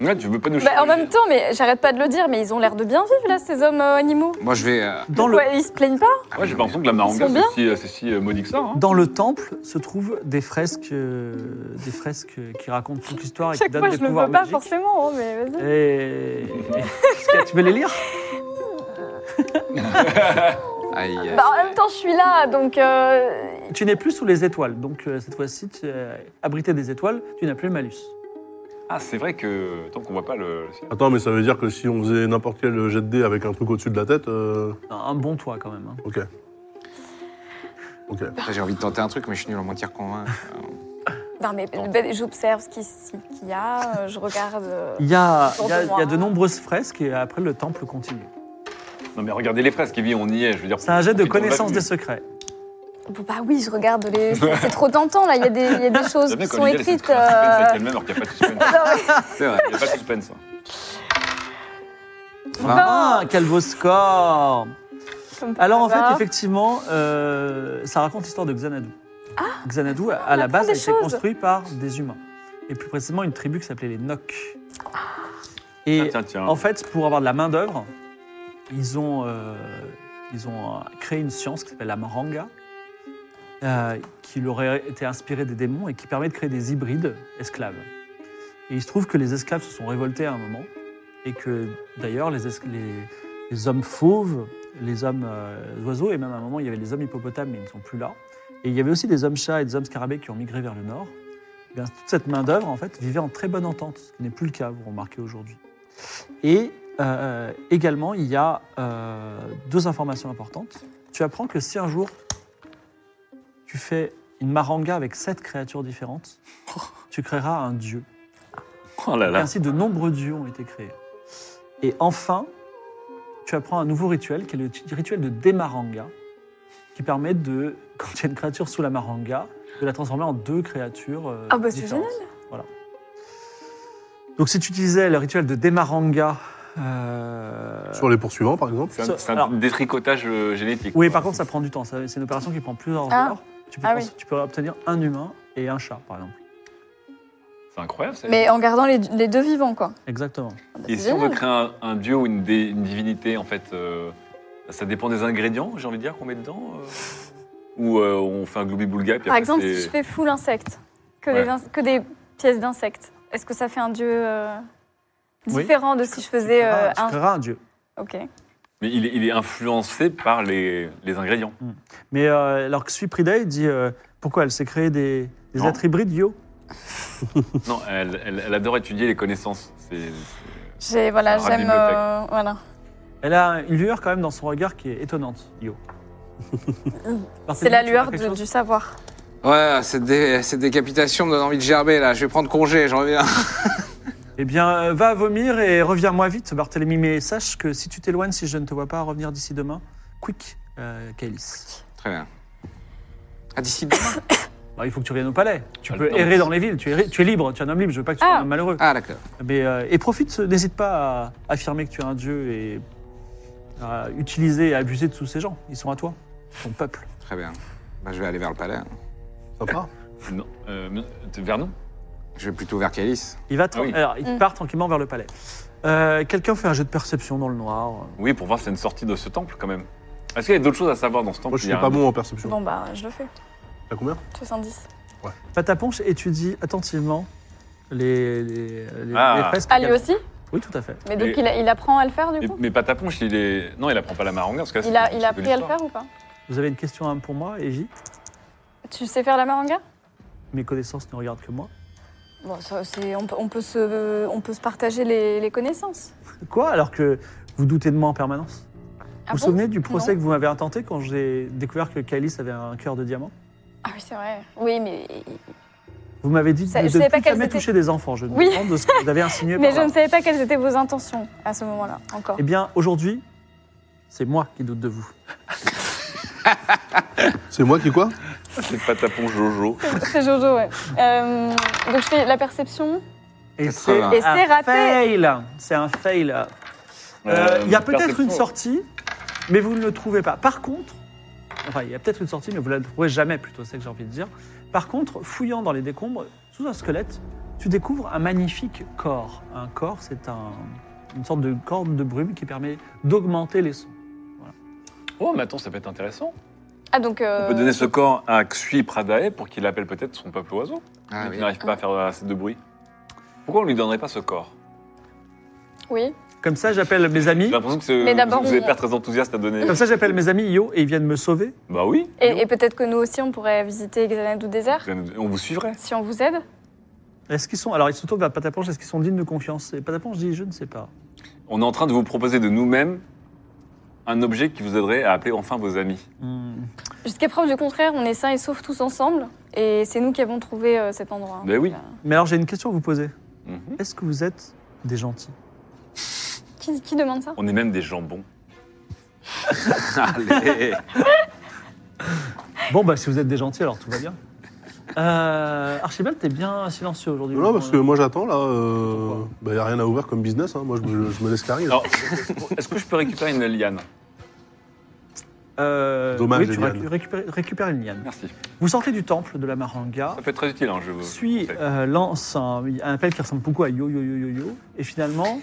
Speaker 5: Ouais, tu veux pas nous
Speaker 2: Bah, en
Speaker 5: changer.
Speaker 2: même temps, mais j'arrête pas de le dire, mais ils ont l'air de bien vivre là, ces hommes euh, animaux.
Speaker 3: Moi, je vais. euh,
Speaker 4: Dans le,
Speaker 2: Pourquoi ils se plaignent pas
Speaker 5: Ouais, j'ai pas l'impression que la maranga,
Speaker 2: sont bien.
Speaker 5: c'est si, euh, c'est si euh, maudit que ça. hein.
Speaker 4: dans le temple se trouvent des fresques, euh, des fresques qui racontent toute l'histoire et qui
Speaker 2: Chaque
Speaker 4: donnent
Speaker 2: fois,
Speaker 4: des
Speaker 2: je le
Speaker 4: pouvoirs
Speaker 2: veux pas
Speaker 4: magiques.
Speaker 2: forcément, hein, mais vas-y.
Speaker 4: Et... Skia, tu veux les lire
Speaker 3: aïe, aïe.
Speaker 2: Bah, en même temps, je suis là, donc. euh,
Speaker 4: Tu n'es plus sous les étoiles, donc euh, cette fois-ci, tu es abrité des étoiles, tu n'as plus le malus.
Speaker 5: Ah, c'est vrai que tant qu'on voit pas le, le ciel.
Speaker 1: Attends, mais ça veut dire que si on faisait n'importe quel jet de dés avec un truc au-dessus de la tête, euh,
Speaker 4: Un- Un bon toit quand même. hein.
Speaker 1: ok. Ok.
Speaker 3: Après, J'ai envie de tenter un truc, mais je suis nul en mentir hein. convaincu.
Speaker 2: Non, mais ben, j'observe ce qu'il ce qu'il y a, euh, je regarde. euh,
Speaker 4: Il y a,
Speaker 2: Autour
Speaker 4: il y a-
Speaker 2: de
Speaker 4: il
Speaker 2: moi.
Speaker 4: y a de nombreuses fresques et après le temple continue.
Speaker 5: Non, mais regardez les fraises, Kevin, on y est. Je veux dire,
Speaker 4: C'est un jet de
Speaker 5: profitons la
Speaker 4: connaissance
Speaker 5: vue.
Speaker 4: des secrets.
Speaker 2: Bon, bah oui, je regarde les. C'est c'est trop tentant là, il y a des, il y a des choses
Speaker 5: J'aime bien
Speaker 2: qui
Speaker 5: quand
Speaker 2: sont
Speaker 5: Olivia, elle essaie de
Speaker 2: écrites.
Speaker 5: créer un suspense
Speaker 2: euh, [laughs]
Speaker 5: avec elle-même alors qu'il n'y a pas de suspense.
Speaker 3: C'est vrai.
Speaker 5: Il n'y a pas de suspense. hein.
Speaker 4: Ah, quel beau score
Speaker 2: comme par
Speaker 4: Alors en fait,
Speaker 2: hasard.
Speaker 4: effectivement, euh, ça raconte l'histoire de Xanadu. Xanadu, à- à la
Speaker 2: apprend
Speaker 4: base, a
Speaker 2: Ah, des
Speaker 4: été
Speaker 2: choses.
Speaker 4: construit par des humains. Et plus précisément, une tribu qui s'appelait les Nok.
Speaker 2: Ah.
Speaker 5: Ah, Tiens,
Speaker 4: Et
Speaker 5: tiens, tiens.
Speaker 4: en fait, pour avoir de la main-d'œuvre, ils ont, euh, ils ont euh, créé une science qui s'appelle la maranga. euh, qu'il aurait été inspiré des démons et qui permet de créer des hybrides esclaves. Et il se trouve que les esclaves se sont révoltés à un moment et que d'ailleurs les, es- les- les hommes fauves, les hommes euh, oiseaux et même à un moment il y avait les hommes hippopotames mais ils ne sont plus là. Et il y avait aussi des hommes chats et des hommes scarabées qui ont migré vers le nord. Eh bien, toute cette main d'œuvre en fait vivait en très bonne entente, ce qui n'est plus le cas, vous remarquez aujourd'hui. Et euh, également, il y a euh, deux informations importantes. Tu apprends que si un jour tu fais une maranga avec sept créatures différentes, tu créeras un dieu.
Speaker 5: Oh là
Speaker 4: Et
Speaker 5: là.
Speaker 4: ainsi, de nombreux dieux ont été créés. Et enfin, tu apprends un nouveau rituel qui est le t- rituel de démaranga, qui permet de, [laughs] quand il y a une créature sous la maranga, de la transformer en deux créatures. euh,
Speaker 2: Ah bah, c'est
Speaker 4: différentes. Voilà. Donc si tu utilisais le rituel de démaranga. euh,
Speaker 1: Sur les poursuivants, par exemple.
Speaker 5: C'est un,
Speaker 4: Ça-
Speaker 5: c'est un
Speaker 4: alors-
Speaker 5: détricotage euh, génétique.
Speaker 4: Oui,
Speaker 5: quoi.
Speaker 4: par contre, ça prend du temps. Ça- C'est une opération qui prend plusieurs
Speaker 2: Ah.
Speaker 4: heures. Tu peux,
Speaker 2: Ah oui.
Speaker 4: tu peux obtenir un humain et un chat, par exemple.
Speaker 5: C'est incroyable. ça.
Speaker 2: Mais en gardant les, les deux vivants, quoi.
Speaker 4: Exactement.
Speaker 2: Ah bah,
Speaker 5: Et
Speaker 2: c'est
Speaker 5: si on veut
Speaker 2: génial.
Speaker 5: créer un, un dieu ou une, dé- une divinité, en fait, euh, ça dépend des ingrédients, j'ai envie de dire, qu'on met dedans euh, Ou euh, on fait un gloubi-boulga puis
Speaker 2: Par
Speaker 5: après,
Speaker 2: exemple,
Speaker 5: c'est-
Speaker 2: si je fais full insecte, que,
Speaker 5: Ouais.
Speaker 2: des, ins- que des pièces d'insectes, est-ce que ça fait un dieu euh,
Speaker 4: Oui.
Speaker 2: différent de si je faisais
Speaker 4: tu
Speaker 2: euh,
Speaker 4: créeras, Ah, tu
Speaker 2: un.
Speaker 4: créeras un dieu.
Speaker 2: Ok.
Speaker 5: Mais il est, il est influencé par les,
Speaker 4: [laughs]
Speaker 5: les ingrédients.
Speaker 4: Mais euh, alors que Suiprida, il dit euh, pourquoi elle s'est créée des, des
Speaker 5: Non.
Speaker 4: êtres hybrides, yo
Speaker 5: Non, elle, elle- elle adore étudier les connaissances. C'est- c'est-
Speaker 2: J'ai, voilà,
Speaker 5: Ça rend la
Speaker 2: j'aime.
Speaker 5: bibliothèque.
Speaker 2: euh, voilà.
Speaker 4: Ah, Elle a une lueur quand même dans son regard qui est étonnante,
Speaker 2: [laughs]
Speaker 4: yo.
Speaker 2: C'est la lueur de-
Speaker 4: du
Speaker 2: du savoir.
Speaker 3: Ouais, cette, dé- cette décapitation me donne envie de gerber là. Je vais prendre congé, j'en reviens.
Speaker 4: Eh bien, euh, va vomir et reviens-moi vite, Barthélemy. Mais sache que si tu t'éloignes, si je ne te vois pas revenir d'ici demain, quick, euh, Kailis.
Speaker 3: Très bien. Ah, d'ici demain
Speaker 4: Bah, il faut que tu reviennes au palais. Tu
Speaker 5: Ah,
Speaker 4: peux
Speaker 5: non,
Speaker 4: errer
Speaker 5: mais-
Speaker 4: dans les villes. Tu es, tu es libre, tu es un homme libre. Je veux pas que tu sois
Speaker 2: Ah.
Speaker 4: un homme malheureux.
Speaker 3: Ah, d'accord.
Speaker 4: Mais, euh, et profite, n'hésite pas à affirmer que tu es un dieu et à utiliser et à abuser de tous ces gens. Ils sont à toi, ton peuple.
Speaker 3: Très bien. Bah, je vais aller vers le palais. hein.
Speaker 1: Sympa.
Speaker 5: Non, euh, non, vers nous
Speaker 3: Je vais plutôt vers Calice.
Speaker 4: Il va tra-
Speaker 5: Ah oui.
Speaker 4: Alors, il
Speaker 2: Mm.
Speaker 4: part tranquillement vers le palais. Euh, Quelqu'un fait un jeu de perception dans le noir.
Speaker 5: Oui, pour voir si c'est une sortie de ce temple quand même. Est-ce qu'il y a d'autres choses à savoir dans ce temple
Speaker 1: Moi, je
Speaker 5: Il y a
Speaker 1: suis pas
Speaker 5: un-
Speaker 1: bon en perception.
Speaker 2: Bon, bah, je le fais.
Speaker 1: T'as combien
Speaker 2: 70.
Speaker 4: Pataponche étudie attentivement les, les, les-
Speaker 5: Ah.
Speaker 4: les fresques.
Speaker 2: Ah, lui aussi
Speaker 4: Oui, tout à fait.
Speaker 2: Mais donc,
Speaker 5: Et-
Speaker 2: il, a- il apprend à le faire, du
Speaker 5: Mais,
Speaker 2: coup
Speaker 5: mais Pataponche, il est. Non, il apprend pas la maranga. Parce que là,
Speaker 2: Il a,
Speaker 5: c'est-
Speaker 2: il
Speaker 5: c'est
Speaker 2: a
Speaker 5: de
Speaker 2: appris à le
Speaker 5: l'histoire.
Speaker 2: faire ou pas
Speaker 4: Vous avez une question hein, pour moi, Evie
Speaker 2: Tu sais faire la maranga
Speaker 4: Mes connaissances ne regardent que moi.
Speaker 2: Bon, ça, c'est, on, peut- on peut se, on peut se partager les, les connaissances.
Speaker 4: Quoi Alors que vous doutez de moi en permanence
Speaker 2: Ah
Speaker 4: Vous vous
Speaker 2: bon
Speaker 4: souvenez du procès
Speaker 2: Non.
Speaker 4: que vous m'avez intenté quand j'ai découvert que Kailis avait un cœur de diamant
Speaker 2: Ah oui, c'est vrai. Oui, mais,
Speaker 4: Vous m'avez dit
Speaker 2: Ça-
Speaker 4: de
Speaker 2: je savais
Speaker 4: ne
Speaker 2: pas
Speaker 4: plus
Speaker 2: quelles
Speaker 4: jamais
Speaker 2: étaient-
Speaker 4: toucher des enfants. Je me
Speaker 2: Oui.
Speaker 4: demande de ce que vous avez insinué
Speaker 2: [laughs] mais
Speaker 4: par
Speaker 2: je
Speaker 4: là.
Speaker 2: ne savais pas quelles étaient vos intentions à ce moment-là, encore.
Speaker 4: Eh bien, aujourd'hui, c'est moi qui doute de vous.
Speaker 1: C'est moi qui quoi
Speaker 5: C'est [laughs] Pataponche Jojo.
Speaker 2: [laughs] C'est Jojo, ouais. Euh, donc je fais la perception.
Speaker 4: Et c'est
Speaker 3: 80.
Speaker 2: Et c'est
Speaker 4: un
Speaker 2: raté.
Speaker 4: fail C'est un fail. Euh, Il
Speaker 5: Euh,
Speaker 4: y a peut-être
Speaker 5: perception.
Speaker 4: une sortie, mais vous ne le trouvez pas. Par contre, enfin, il y a peut-être une sortie, mais vous ne la trouverez jamais, plutôt, c'est ce que j'ai envie de dire. Par contre, fouillant dans les décombres, sous un squelette, tu découvres un magnifique corps. Un corps, c'est un- une sorte de corde de brume qui permet d'augmenter les sons.
Speaker 5: Oh, mais attends, ça peut être intéressant.
Speaker 2: Ah, donc. euh,
Speaker 5: On peut donner ce corps à Xui Pradae pour qu'il appelle peut-être son peuple oiseau.
Speaker 3: Ah,
Speaker 5: mais
Speaker 3: oui.
Speaker 5: Il n'arrive pas à faire assez de bruit. Pourquoi on lui donnerait pas ce corps
Speaker 2: Oui.
Speaker 4: Comme ça, j'appelle mes
Speaker 5: J'ai
Speaker 4: amis.
Speaker 5: l'impression que ce-
Speaker 2: Mais d'abord,
Speaker 5: vous n'êtes
Speaker 2: on-
Speaker 5: pas très enthousiaste à donner.
Speaker 4: Comme ça, j'appelle mes amis Yo et ils viennent me sauver.
Speaker 5: Bah oui.
Speaker 2: Et, et peut-être que nous aussi, on pourrait visiter Xanadu Désert,
Speaker 5: On vous suivrait.
Speaker 2: si on vous aide.
Speaker 4: Est-ce qu'ils sont alors ils se tournent vers Pataponche Est-ce qu'ils sont dignes de confiance Et Pataponche dit je ne sais pas.
Speaker 5: On est en train de vous proposer de nous-mêmes un objet qui vous aiderait à appeler enfin vos amis.
Speaker 4: Hmm.
Speaker 2: Jusqu'à preuve du contraire, on est sains et saufs tous ensemble. Et c'est nous qui avons trouvé euh, cet endroit. hein.
Speaker 5: Ben oui.
Speaker 2: Donc,
Speaker 4: Mais alors j'ai une question à vous poser.
Speaker 5: Mhm.
Speaker 4: Est-ce que vous êtes des gentils
Speaker 2: euh, Qui, qui demande ça
Speaker 5: On est même
Speaker 2: [laughs]
Speaker 5: des jambons.
Speaker 3: Allez.
Speaker 4: Bon bah si vous êtes des gentils alors tout va bien. Euh, Archibald t'es bien silencieux aujourd'hui.
Speaker 1: Non, parce que
Speaker 4: Euh,
Speaker 1: moi j'attends là.
Speaker 4: Pourquoi
Speaker 1: Il n'y a rien à ouvrir comme business. hein. Moi je me, je me laisse carrer. là.
Speaker 2: [laughs]
Speaker 5: Alors, est-ce que je peux récupérer une liane
Speaker 4: euh,
Speaker 1: Dommage,
Speaker 4: oui, tu
Speaker 1: Eliane.
Speaker 4: récu- récupères, récupères une liane.
Speaker 5: Merci.
Speaker 4: Vous sortez du temple de la Maranga.
Speaker 5: Ça peut être très utile, hein, je vous.
Speaker 4: Sui euh, lance un, un appel qui ressemble beaucoup à yo yo yo yo yo et finalement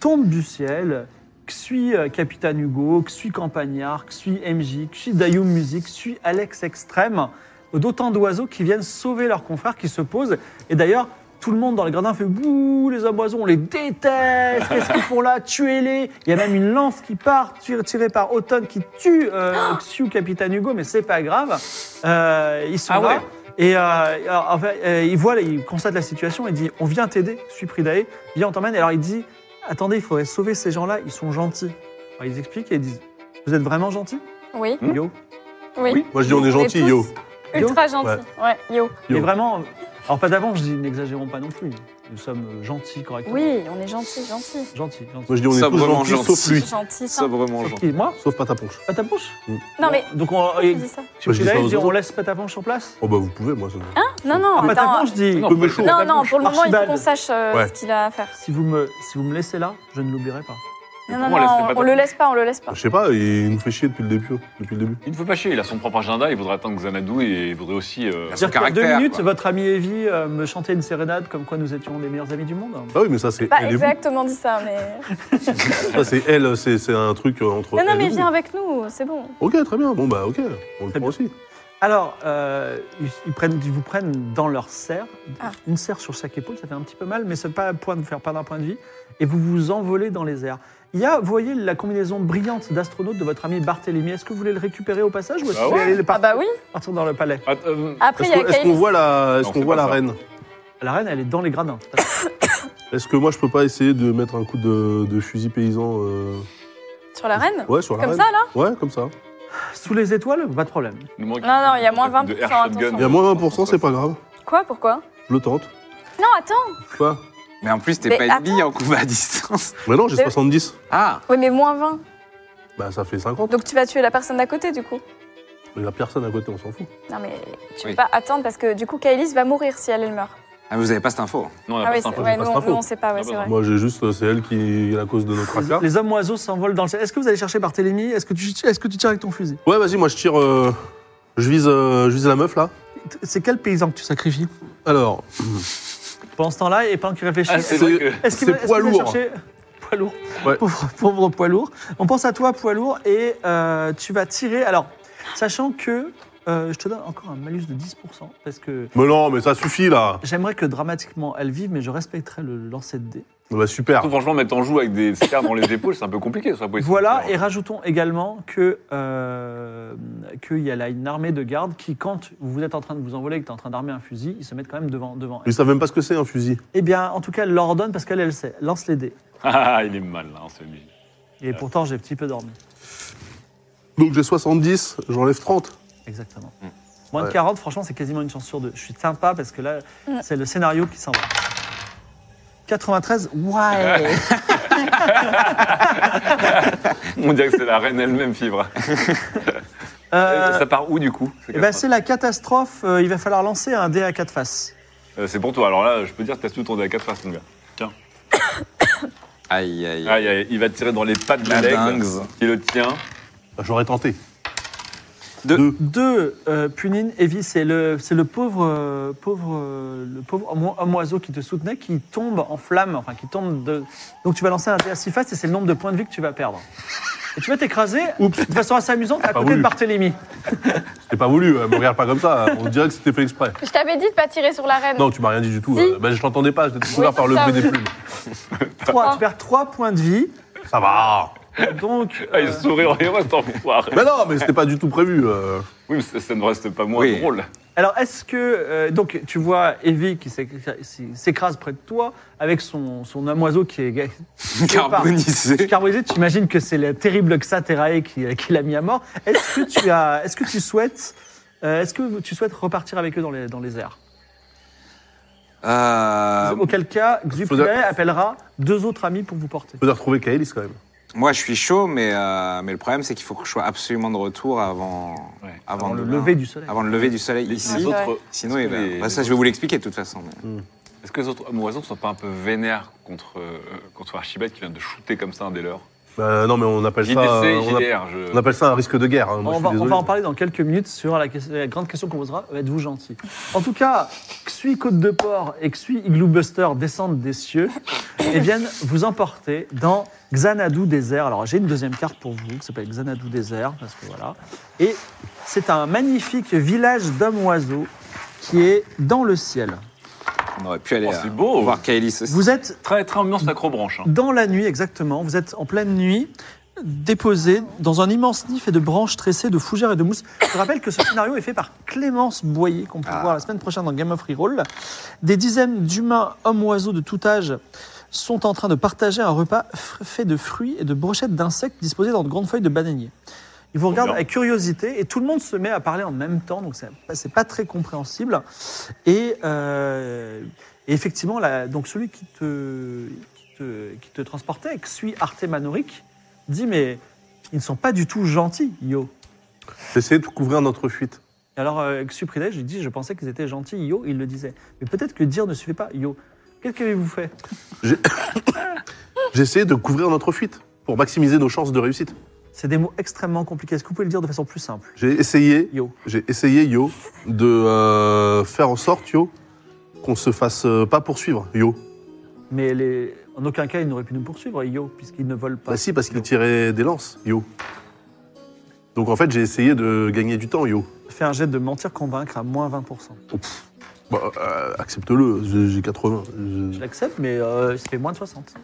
Speaker 4: tombe du ciel. Xui euh, Capitaine Hugo, Xui Campagnard, Xui MJ, Xui Dayum Music, Xui Alex Extrême d'autant d'oiseaux qui viennent sauver leurs confrères qui se posent. Et d'ailleurs, tout le monde dans les gradins fait Bouh, les hommes oiseaux, on les déteste, qu'est-ce qu'ils font là Tuez-les Il y a même une lance qui part, tir- tirée par Autumn, qui tue euh,
Speaker 5: Ah
Speaker 4: Xiu, Capitaine Hugo, mais c'est pas grave. Euh, ils sont
Speaker 5: Ah
Speaker 4: là.
Speaker 5: ouais.
Speaker 4: Et euh, alors, en fait, euh, il voit, il constate la situation, il dit On vient t'aider, je suis Pridae, viens, on t'emmène. Alors il dit Attendez, il faudrait sauver ces gens-là, ils sont gentils. Alors, ils expliquent et ils disent Vous êtes vraiment gentils,
Speaker 2: Oui,
Speaker 5: Hmm
Speaker 4: Yo
Speaker 2: oui.
Speaker 1: Moi, je dis on est gentil,
Speaker 2: tous
Speaker 1: yo.
Speaker 2: Ultra gentil, ouais, yo.
Speaker 1: Yo.
Speaker 4: Mais vraiment, alors pas d'avance, je dis N'exagérons pas non plus. Nous sommes gentils, correctement.
Speaker 2: Oui, on est gentil, gentil.
Speaker 4: Gentils, gentils.
Speaker 1: Moi, je dis on est tous
Speaker 3: Sobrement
Speaker 1: gentils, sauf
Speaker 3: gentil.
Speaker 1: lui.
Speaker 2: Gentil, ça.
Speaker 3: Sobrement
Speaker 4: Sauf
Speaker 3: gentil.
Speaker 4: qui Moi
Speaker 1: Sauf pas ta ponche.
Speaker 4: Pas ta ponche
Speaker 2: Non, mais.
Speaker 4: Donc on,
Speaker 2: Pourquoi
Speaker 4: et-
Speaker 2: tu dis ça
Speaker 4: je
Speaker 1: Moi, je dis
Speaker 4: suis là,
Speaker 1: ça
Speaker 4: il
Speaker 1: aux
Speaker 4: dit, on
Speaker 1: autres.
Speaker 4: laisse pas ta ponche sur place
Speaker 1: Oh bah, vous pouvez, moi. ça-
Speaker 2: Non, non,
Speaker 4: Ah, Pas ta
Speaker 2: attends.
Speaker 4: ponche, dis.
Speaker 5: Ah Non,
Speaker 1: Peu me chaud.
Speaker 2: Non, non, pour le moment, il faut
Speaker 4: Archibald.
Speaker 2: qu'on sache euh,
Speaker 1: Ouais.
Speaker 2: ce qu'il a à faire.
Speaker 4: Si vous me, si vous me laissez là, je ne l'oublierai pas.
Speaker 2: Non,
Speaker 5: Mais
Speaker 2: non,
Speaker 5: pourquoi on laisse
Speaker 2: non,
Speaker 5: pas
Speaker 2: on
Speaker 5: ta
Speaker 2: le
Speaker 5: ponche
Speaker 2: laisse pas, on le laisse pas.
Speaker 1: Je sais pas, il nous fait chier depuis le début. Depuis le début.
Speaker 5: Il ne faut pas chier, il a son propre agenda, il voudrait attendre Xanadu et il voudrait aussi. euh,
Speaker 3: Merci.
Speaker 4: Dire qu'en deux
Speaker 3: caractère,
Speaker 4: minutes,
Speaker 3: quoi.
Speaker 4: votre ami Evie euh, me chantait une sérénade comme quoi nous étions les meilleurs amis du monde.
Speaker 1: Ah oui, mais ça, c'est
Speaker 2: Pas
Speaker 1: elle et vous.
Speaker 2: Bah, exactement dit ça, mais.
Speaker 1: Ça, c'est elle, c'est c'est un truc euh, entre.
Speaker 2: Non, non,
Speaker 1: elle et
Speaker 2: mais
Speaker 1: vous.
Speaker 2: viens avec nous, c'est bon.
Speaker 1: Ok, très bien. Bon, bah, ok. On le
Speaker 4: Très
Speaker 1: prend aussi.
Speaker 4: Alors, euh, ils, ils prennent, ils vous prennent dans leur serre,
Speaker 2: Ah.
Speaker 4: une serre sur chaque épaule, ça fait un petit peu mal, mais c'est pas à point de vous faire perdre un point de vie, et vous vous envolez dans les airs. Il y a, vous voyez, la combinaison brillante d'astronaute de votre ami Barthélemy. Est-ce que vous voulez le récupérer au passage ou est-ce que
Speaker 5: Bah
Speaker 4: vous voulez
Speaker 5: ouais.
Speaker 4: aller le par-
Speaker 2: Ah, bah oui.
Speaker 4: partir dans le palais
Speaker 5: Att- euh,
Speaker 2: Après,
Speaker 1: Est-ce
Speaker 2: il y a
Speaker 1: qu'on- est-ce qu'on
Speaker 2: Kailis.
Speaker 1: voit la, est-ce
Speaker 5: Non,
Speaker 1: qu'on
Speaker 5: c'est
Speaker 1: voit
Speaker 5: pas
Speaker 1: la
Speaker 5: ça.
Speaker 1: reine
Speaker 4: La reine, elle est dans les gradins. [coughs]
Speaker 1: Est-ce que moi, je peux pas essayer de mettre un coup de, de fusil paysan euh,
Speaker 2: Sur la reine
Speaker 1: Ouais, sur la
Speaker 2: Comme
Speaker 1: reine.
Speaker 2: ça, là
Speaker 1: Ouais, comme ça.
Speaker 4: Sous les étoiles, pas de problème.
Speaker 5: nous manque-
Speaker 2: Non, non, il y a moins
Speaker 5: un coup de
Speaker 2: 20%,
Speaker 5: air shotgun.
Speaker 2: attention.
Speaker 1: Il y a moins 1%, c'est pas grave.
Speaker 2: Quoi Pourquoi
Speaker 1: Je le tente.
Speaker 2: Non, attends.
Speaker 1: Quoi
Speaker 3: Mais en plus, t'es
Speaker 2: Mais
Speaker 3: pas ennemi en combat à distance.
Speaker 1: Mais non, j'ai
Speaker 2: Mais-
Speaker 1: 70.
Speaker 3: [laughs] Ah,
Speaker 2: Oui, mais moins 20.
Speaker 1: Bah, ça fait 50.
Speaker 2: Donc tu vas tuer la personne d'à côté, du coup.
Speaker 1: Mais la personne à côté, on s'en fout.
Speaker 2: Non, mais tu
Speaker 3: Oui.
Speaker 2: peux pas attendre parce que du coup, Kailis va mourir si elle, elle meurt.
Speaker 3: Ah, mais vous avez pas cette info.
Speaker 5: Non, on a
Speaker 2: Ah,
Speaker 5: pas
Speaker 2: oui,
Speaker 5: cette info.
Speaker 1: j'ai
Speaker 2: ouais,
Speaker 1: pas
Speaker 2: nous,
Speaker 1: cette
Speaker 2: on-
Speaker 1: info.
Speaker 2: nous, on sait pas, ouais,
Speaker 5: Ah,
Speaker 2: c'est
Speaker 5: bah,
Speaker 2: vrai.
Speaker 1: Moi, j'ai juste, euh, c'est elle qui est la cause de notre
Speaker 4: Les,
Speaker 1: affaire.
Speaker 4: les hommes oiseaux s'envolent dans le ciel. Est-ce que vous allez chercher Barthélemy Est-ce que, tu- est-ce que tu tires avec ton fusil
Speaker 1: Ouais, vas-y, moi, je tire. euh, Je vise, euh, je vise la meuf là.
Speaker 4: T- C'est quel paysan que tu sacrifies
Speaker 1: Alors,
Speaker 4: Pendant ce temps-là, et pendant qu'il réfléchit,
Speaker 5: Ah, c'est vrai que.
Speaker 4: est-ce qu'il va-
Speaker 1: c'est
Speaker 4: est-ce qu'il va
Speaker 1: poids lourd.
Speaker 4: chercher poids lourd
Speaker 1: Ouais.
Speaker 4: [laughs] pauvre, pauvre poids lourd. On pense à toi, poids lourd, et euh, tu vas tirer. Alors, sachant que euh, je te donne encore un malus de 10%, parce que
Speaker 1: mais non, mais ça suffit là.
Speaker 4: j'aimerais que dramatiquement elle vive, mais je respecterai le lancer de dés.
Speaker 1: Bah super.
Speaker 5: Surtout, Franchement, mettre en joue avec des serres dans les épaules, c'est un peu compliqué sur la position.
Speaker 4: Voilà, et rajoutons également que euh, qu'il y a là une armée de gardes qui, quand vous êtes en train de vous envoler et que tu es en train d'armer un fusil, ils se mettent quand même devant, devant
Speaker 1: Ils
Speaker 4: elle.
Speaker 1: savent même pas ce que c'est un fusil.
Speaker 4: Eh bien, en tout cas, elle l'ordonne parce qu'elle, elle sait. Lance les dés.
Speaker 5: Ah, il est mal là, celui.
Speaker 4: Et pourtant, j'ai un petit peu dormi.
Speaker 1: Donc j'ai 70, j'enlève 30.
Speaker 4: Exactement.
Speaker 5: Mm.
Speaker 4: Moins de
Speaker 1: Ouais.
Speaker 4: 40, franchement, c'est quasiment une chance sur deux. Je suis sympa parce que là,
Speaker 2: Mm.
Speaker 4: c'est le scénario qui s'en va. 93, ouais
Speaker 5: On dirait que c'est la reine elle-même, fibre.
Speaker 4: Euh,
Speaker 5: [laughs] Ça part où du coup ce
Speaker 4: eh ben,
Speaker 5: quatre-
Speaker 4: C'est la catastrophe, euh, il va falloir lancer un dé à quatre faces.
Speaker 5: Euh, C'est pour toi, alors là, je peux dire que t'as tout tourné à quatre faces, mon gars.
Speaker 3: Aïe, aïe, aïe.
Speaker 5: Aïe, aïe, il va te tirer dans les pattes de
Speaker 3: La
Speaker 5: l'aigle,
Speaker 3: dingue.
Speaker 5: qui le tient.
Speaker 1: Bah, J'aurais tenté.
Speaker 3: Deux.
Speaker 1: Deux.
Speaker 4: Deux, euh, Punine, Evie, c'est le, c'est le pauvre, euh, pauvre, euh, le pauvre homme, homme oiseau qui te soutenait qui tombe en flamme, enfin qui tombe de. Donc tu vas lancer un dé à six faces et c'est le nombre de points de vie que tu vas perdre. Et tu vas t'écraser de façon assez amusante à
Speaker 5: Ah
Speaker 1: Pas
Speaker 4: côté de
Speaker 1: voulu.
Speaker 4: Barthélemy.
Speaker 1: J'ai pas voulu, euh, me regarde pas comme ça. On dirait que c'était fait exprès.
Speaker 2: Je t'avais dit de pas tirer sur la reine.
Speaker 1: Non, tu m'as rien dit du tout.
Speaker 2: Si.
Speaker 1: euh, bah, je t'entendais pas, j'étais
Speaker 2: Oui,
Speaker 1: couvert par le
Speaker 2: ça,
Speaker 1: bruit
Speaker 2: oui.
Speaker 1: des plumes.
Speaker 4: Trois, tu perds trois points de vie.
Speaker 1: Ça va.
Speaker 4: Donc.
Speaker 5: Ah, il
Speaker 4: euh,
Speaker 5: sourit en héros, cet enfoiré.
Speaker 1: Mais non, mais c'était pas du tout prévu. euh.
Speaker 5: Oui, mais ça, ça ne reste pas moins
Speaker 3: Oui.
Speaker 5: drôle.
Speaker 4: Alors, est-ce que. euh, donc, tu vois Evie qui s'éc- s'é- s'écrase près de toi, avec son, son homme oiseau qui est ga-
Speaker 3: Ah, Carbonisé.
Speaker 4: carbonisé. Tu imagines que c'est le terrible Xaterae qui, euh, qui l'a mis à mort. Est-ce que tu, as, est-ce que tu souhaites. euh, est-ce que tu souhaites repartir avec eux dans les, dans les airs
Speaker 3: [laughs] Euh,
Speaker 4: Auquel cas, Xuplay
Speaker 1: faudrait-
Speaker 4: appellera deux autres amis pour vous porter.
Speaker 1: Faudrait retrouver Kaelis quand même.
Speaker 3: moi, je suis chaud, mais, euh, mais le problème, c'est qu'il faut que je sois absolument de retour avant,
Speaker 5: Ouais.
Speaker 3: avant,
Speaker 4: Avant le
Speaker 3: demain.
Speaker 4: lever du soleil.
Speaker 3: Avant le lever du soleil
Speaker 5: Les,
Speaker 3: ici.
Speaker 5: les
Speaker 2: Ouais.
Speaker 5: autres.
Speaker 3: Sinon, il va-
Speaker 5: les-
Speaker 3: bah, ça, je vais vous l'expliquer de toute façon. mais-
Speaker 5: Est-ce que les autres hommes oiseaux ne sont pas un peu vénères contre, euh, contre Archibald qui vient de shooter comme ça un des leurs
Speaker 1: Bah, non, mais on appelle
Speaker 5: JDC,
Speaker 1: ça. euh, on, app-
Speaker 5: JDR, je...
Speaker 1: on appelle ça un risque de guerre. hein. Moi, je
Speaker 4: on,
Speaker 1: suis
Speaker 4: va, on
Speaker 1: désolé.
Speaker 4: va en parler dans quelques minutes sur la, question- la grande question qu'on posera. Êtes-vous gentil En tout cas, Xui Côte de Port et Xui Igloo Buster descendent des cieux. et viennent vous emporter dans Xanadu Désert. Alors j'ai une deuxième carte pour vous qui s'appelle Xanadu Désert, parce que voilà. Et c'est un magnifique village d'hommes-oiseaux qui est dans le ciel.
Speaker 3: On aurait pu aller
Speaker 5: Oh,
Speaker 3: à-
Speaker 5: c'est beau.
Speaker 3: voir Kaelis aussi.
Speaker 4: Vous êtes
Speaker 5: Très, très ambiance acrobranche. hein.
Speaker 4: Dans la nuit, exactement. Vous êtes en pleine nuit, déposé dans un immense nid fait de branches tressées, de fougères et de mousse. Je rappelle que ce scénario est fait par Clémence Boyer, qu'on peut voir la semaine prochaine dans Game of Reroll. Des dizaines d'humains, hommes, oiseaux de tout âge sont en train de partager un repas fr- fait de fruits et de brochettes d'insectes disposées dans de grandes feuilles de bananier. Ils vous regardent
Speaker 5: bien.
Speaker 4: avec curiosité et tout le monde se met à parler en même temps, donc c'est pas- c'est pas très compréhensible. Et, euh, et effectivement, la- donc celui qui te, qui te, qui te transportait, qui suit Arte Manoric, dit mais ils ne sont pas du tout gentils, yo.
Speaker 1: J'essayais de couvrir notre fuite.
Speaker 4: Et Alors euh, Xupridej, il dit je pensais qu'ils étaient gentils, yo, il le disait. Mais peut-être que dire ne suffit pas, yo. Qu'est-ce qu'avez-vous fait
Speaker 1: J'essayais de couvrir notre fuite pour maximiser nos chances de réussite.
Speaker 4: C'est des mots extrêmement compliqués. Est-ce que vous pouvez le dire de façon plus simple
Speaker 1: J'ai essayé,
Speaker 4: Yo.
Speaker 1: j'ai essayé, yo, de euh, faire en sorte, yo, qu'on se fasse euh, pas poursuivre, yo.
Speaker 4: Mais les... en aucun cas, ils n'auraient pu nous poursuivre, yo, puisqu'ils ne volent pas.
Speaker 1: Bah si, parce qu'il tirait des lances, yo. Donc en fait, j'ai essayé de gagner du temps, yo.
Speaker 4: Fais un jet de mentir convaincre à moins 20%.
Speaker 1: Bah, euh, accepte-le, j'ai- j'ai 80.
Speaker 4: Je
Speaker 1: je-
Speaker 4: l'accepte, mais euh, ça fait moins de 60.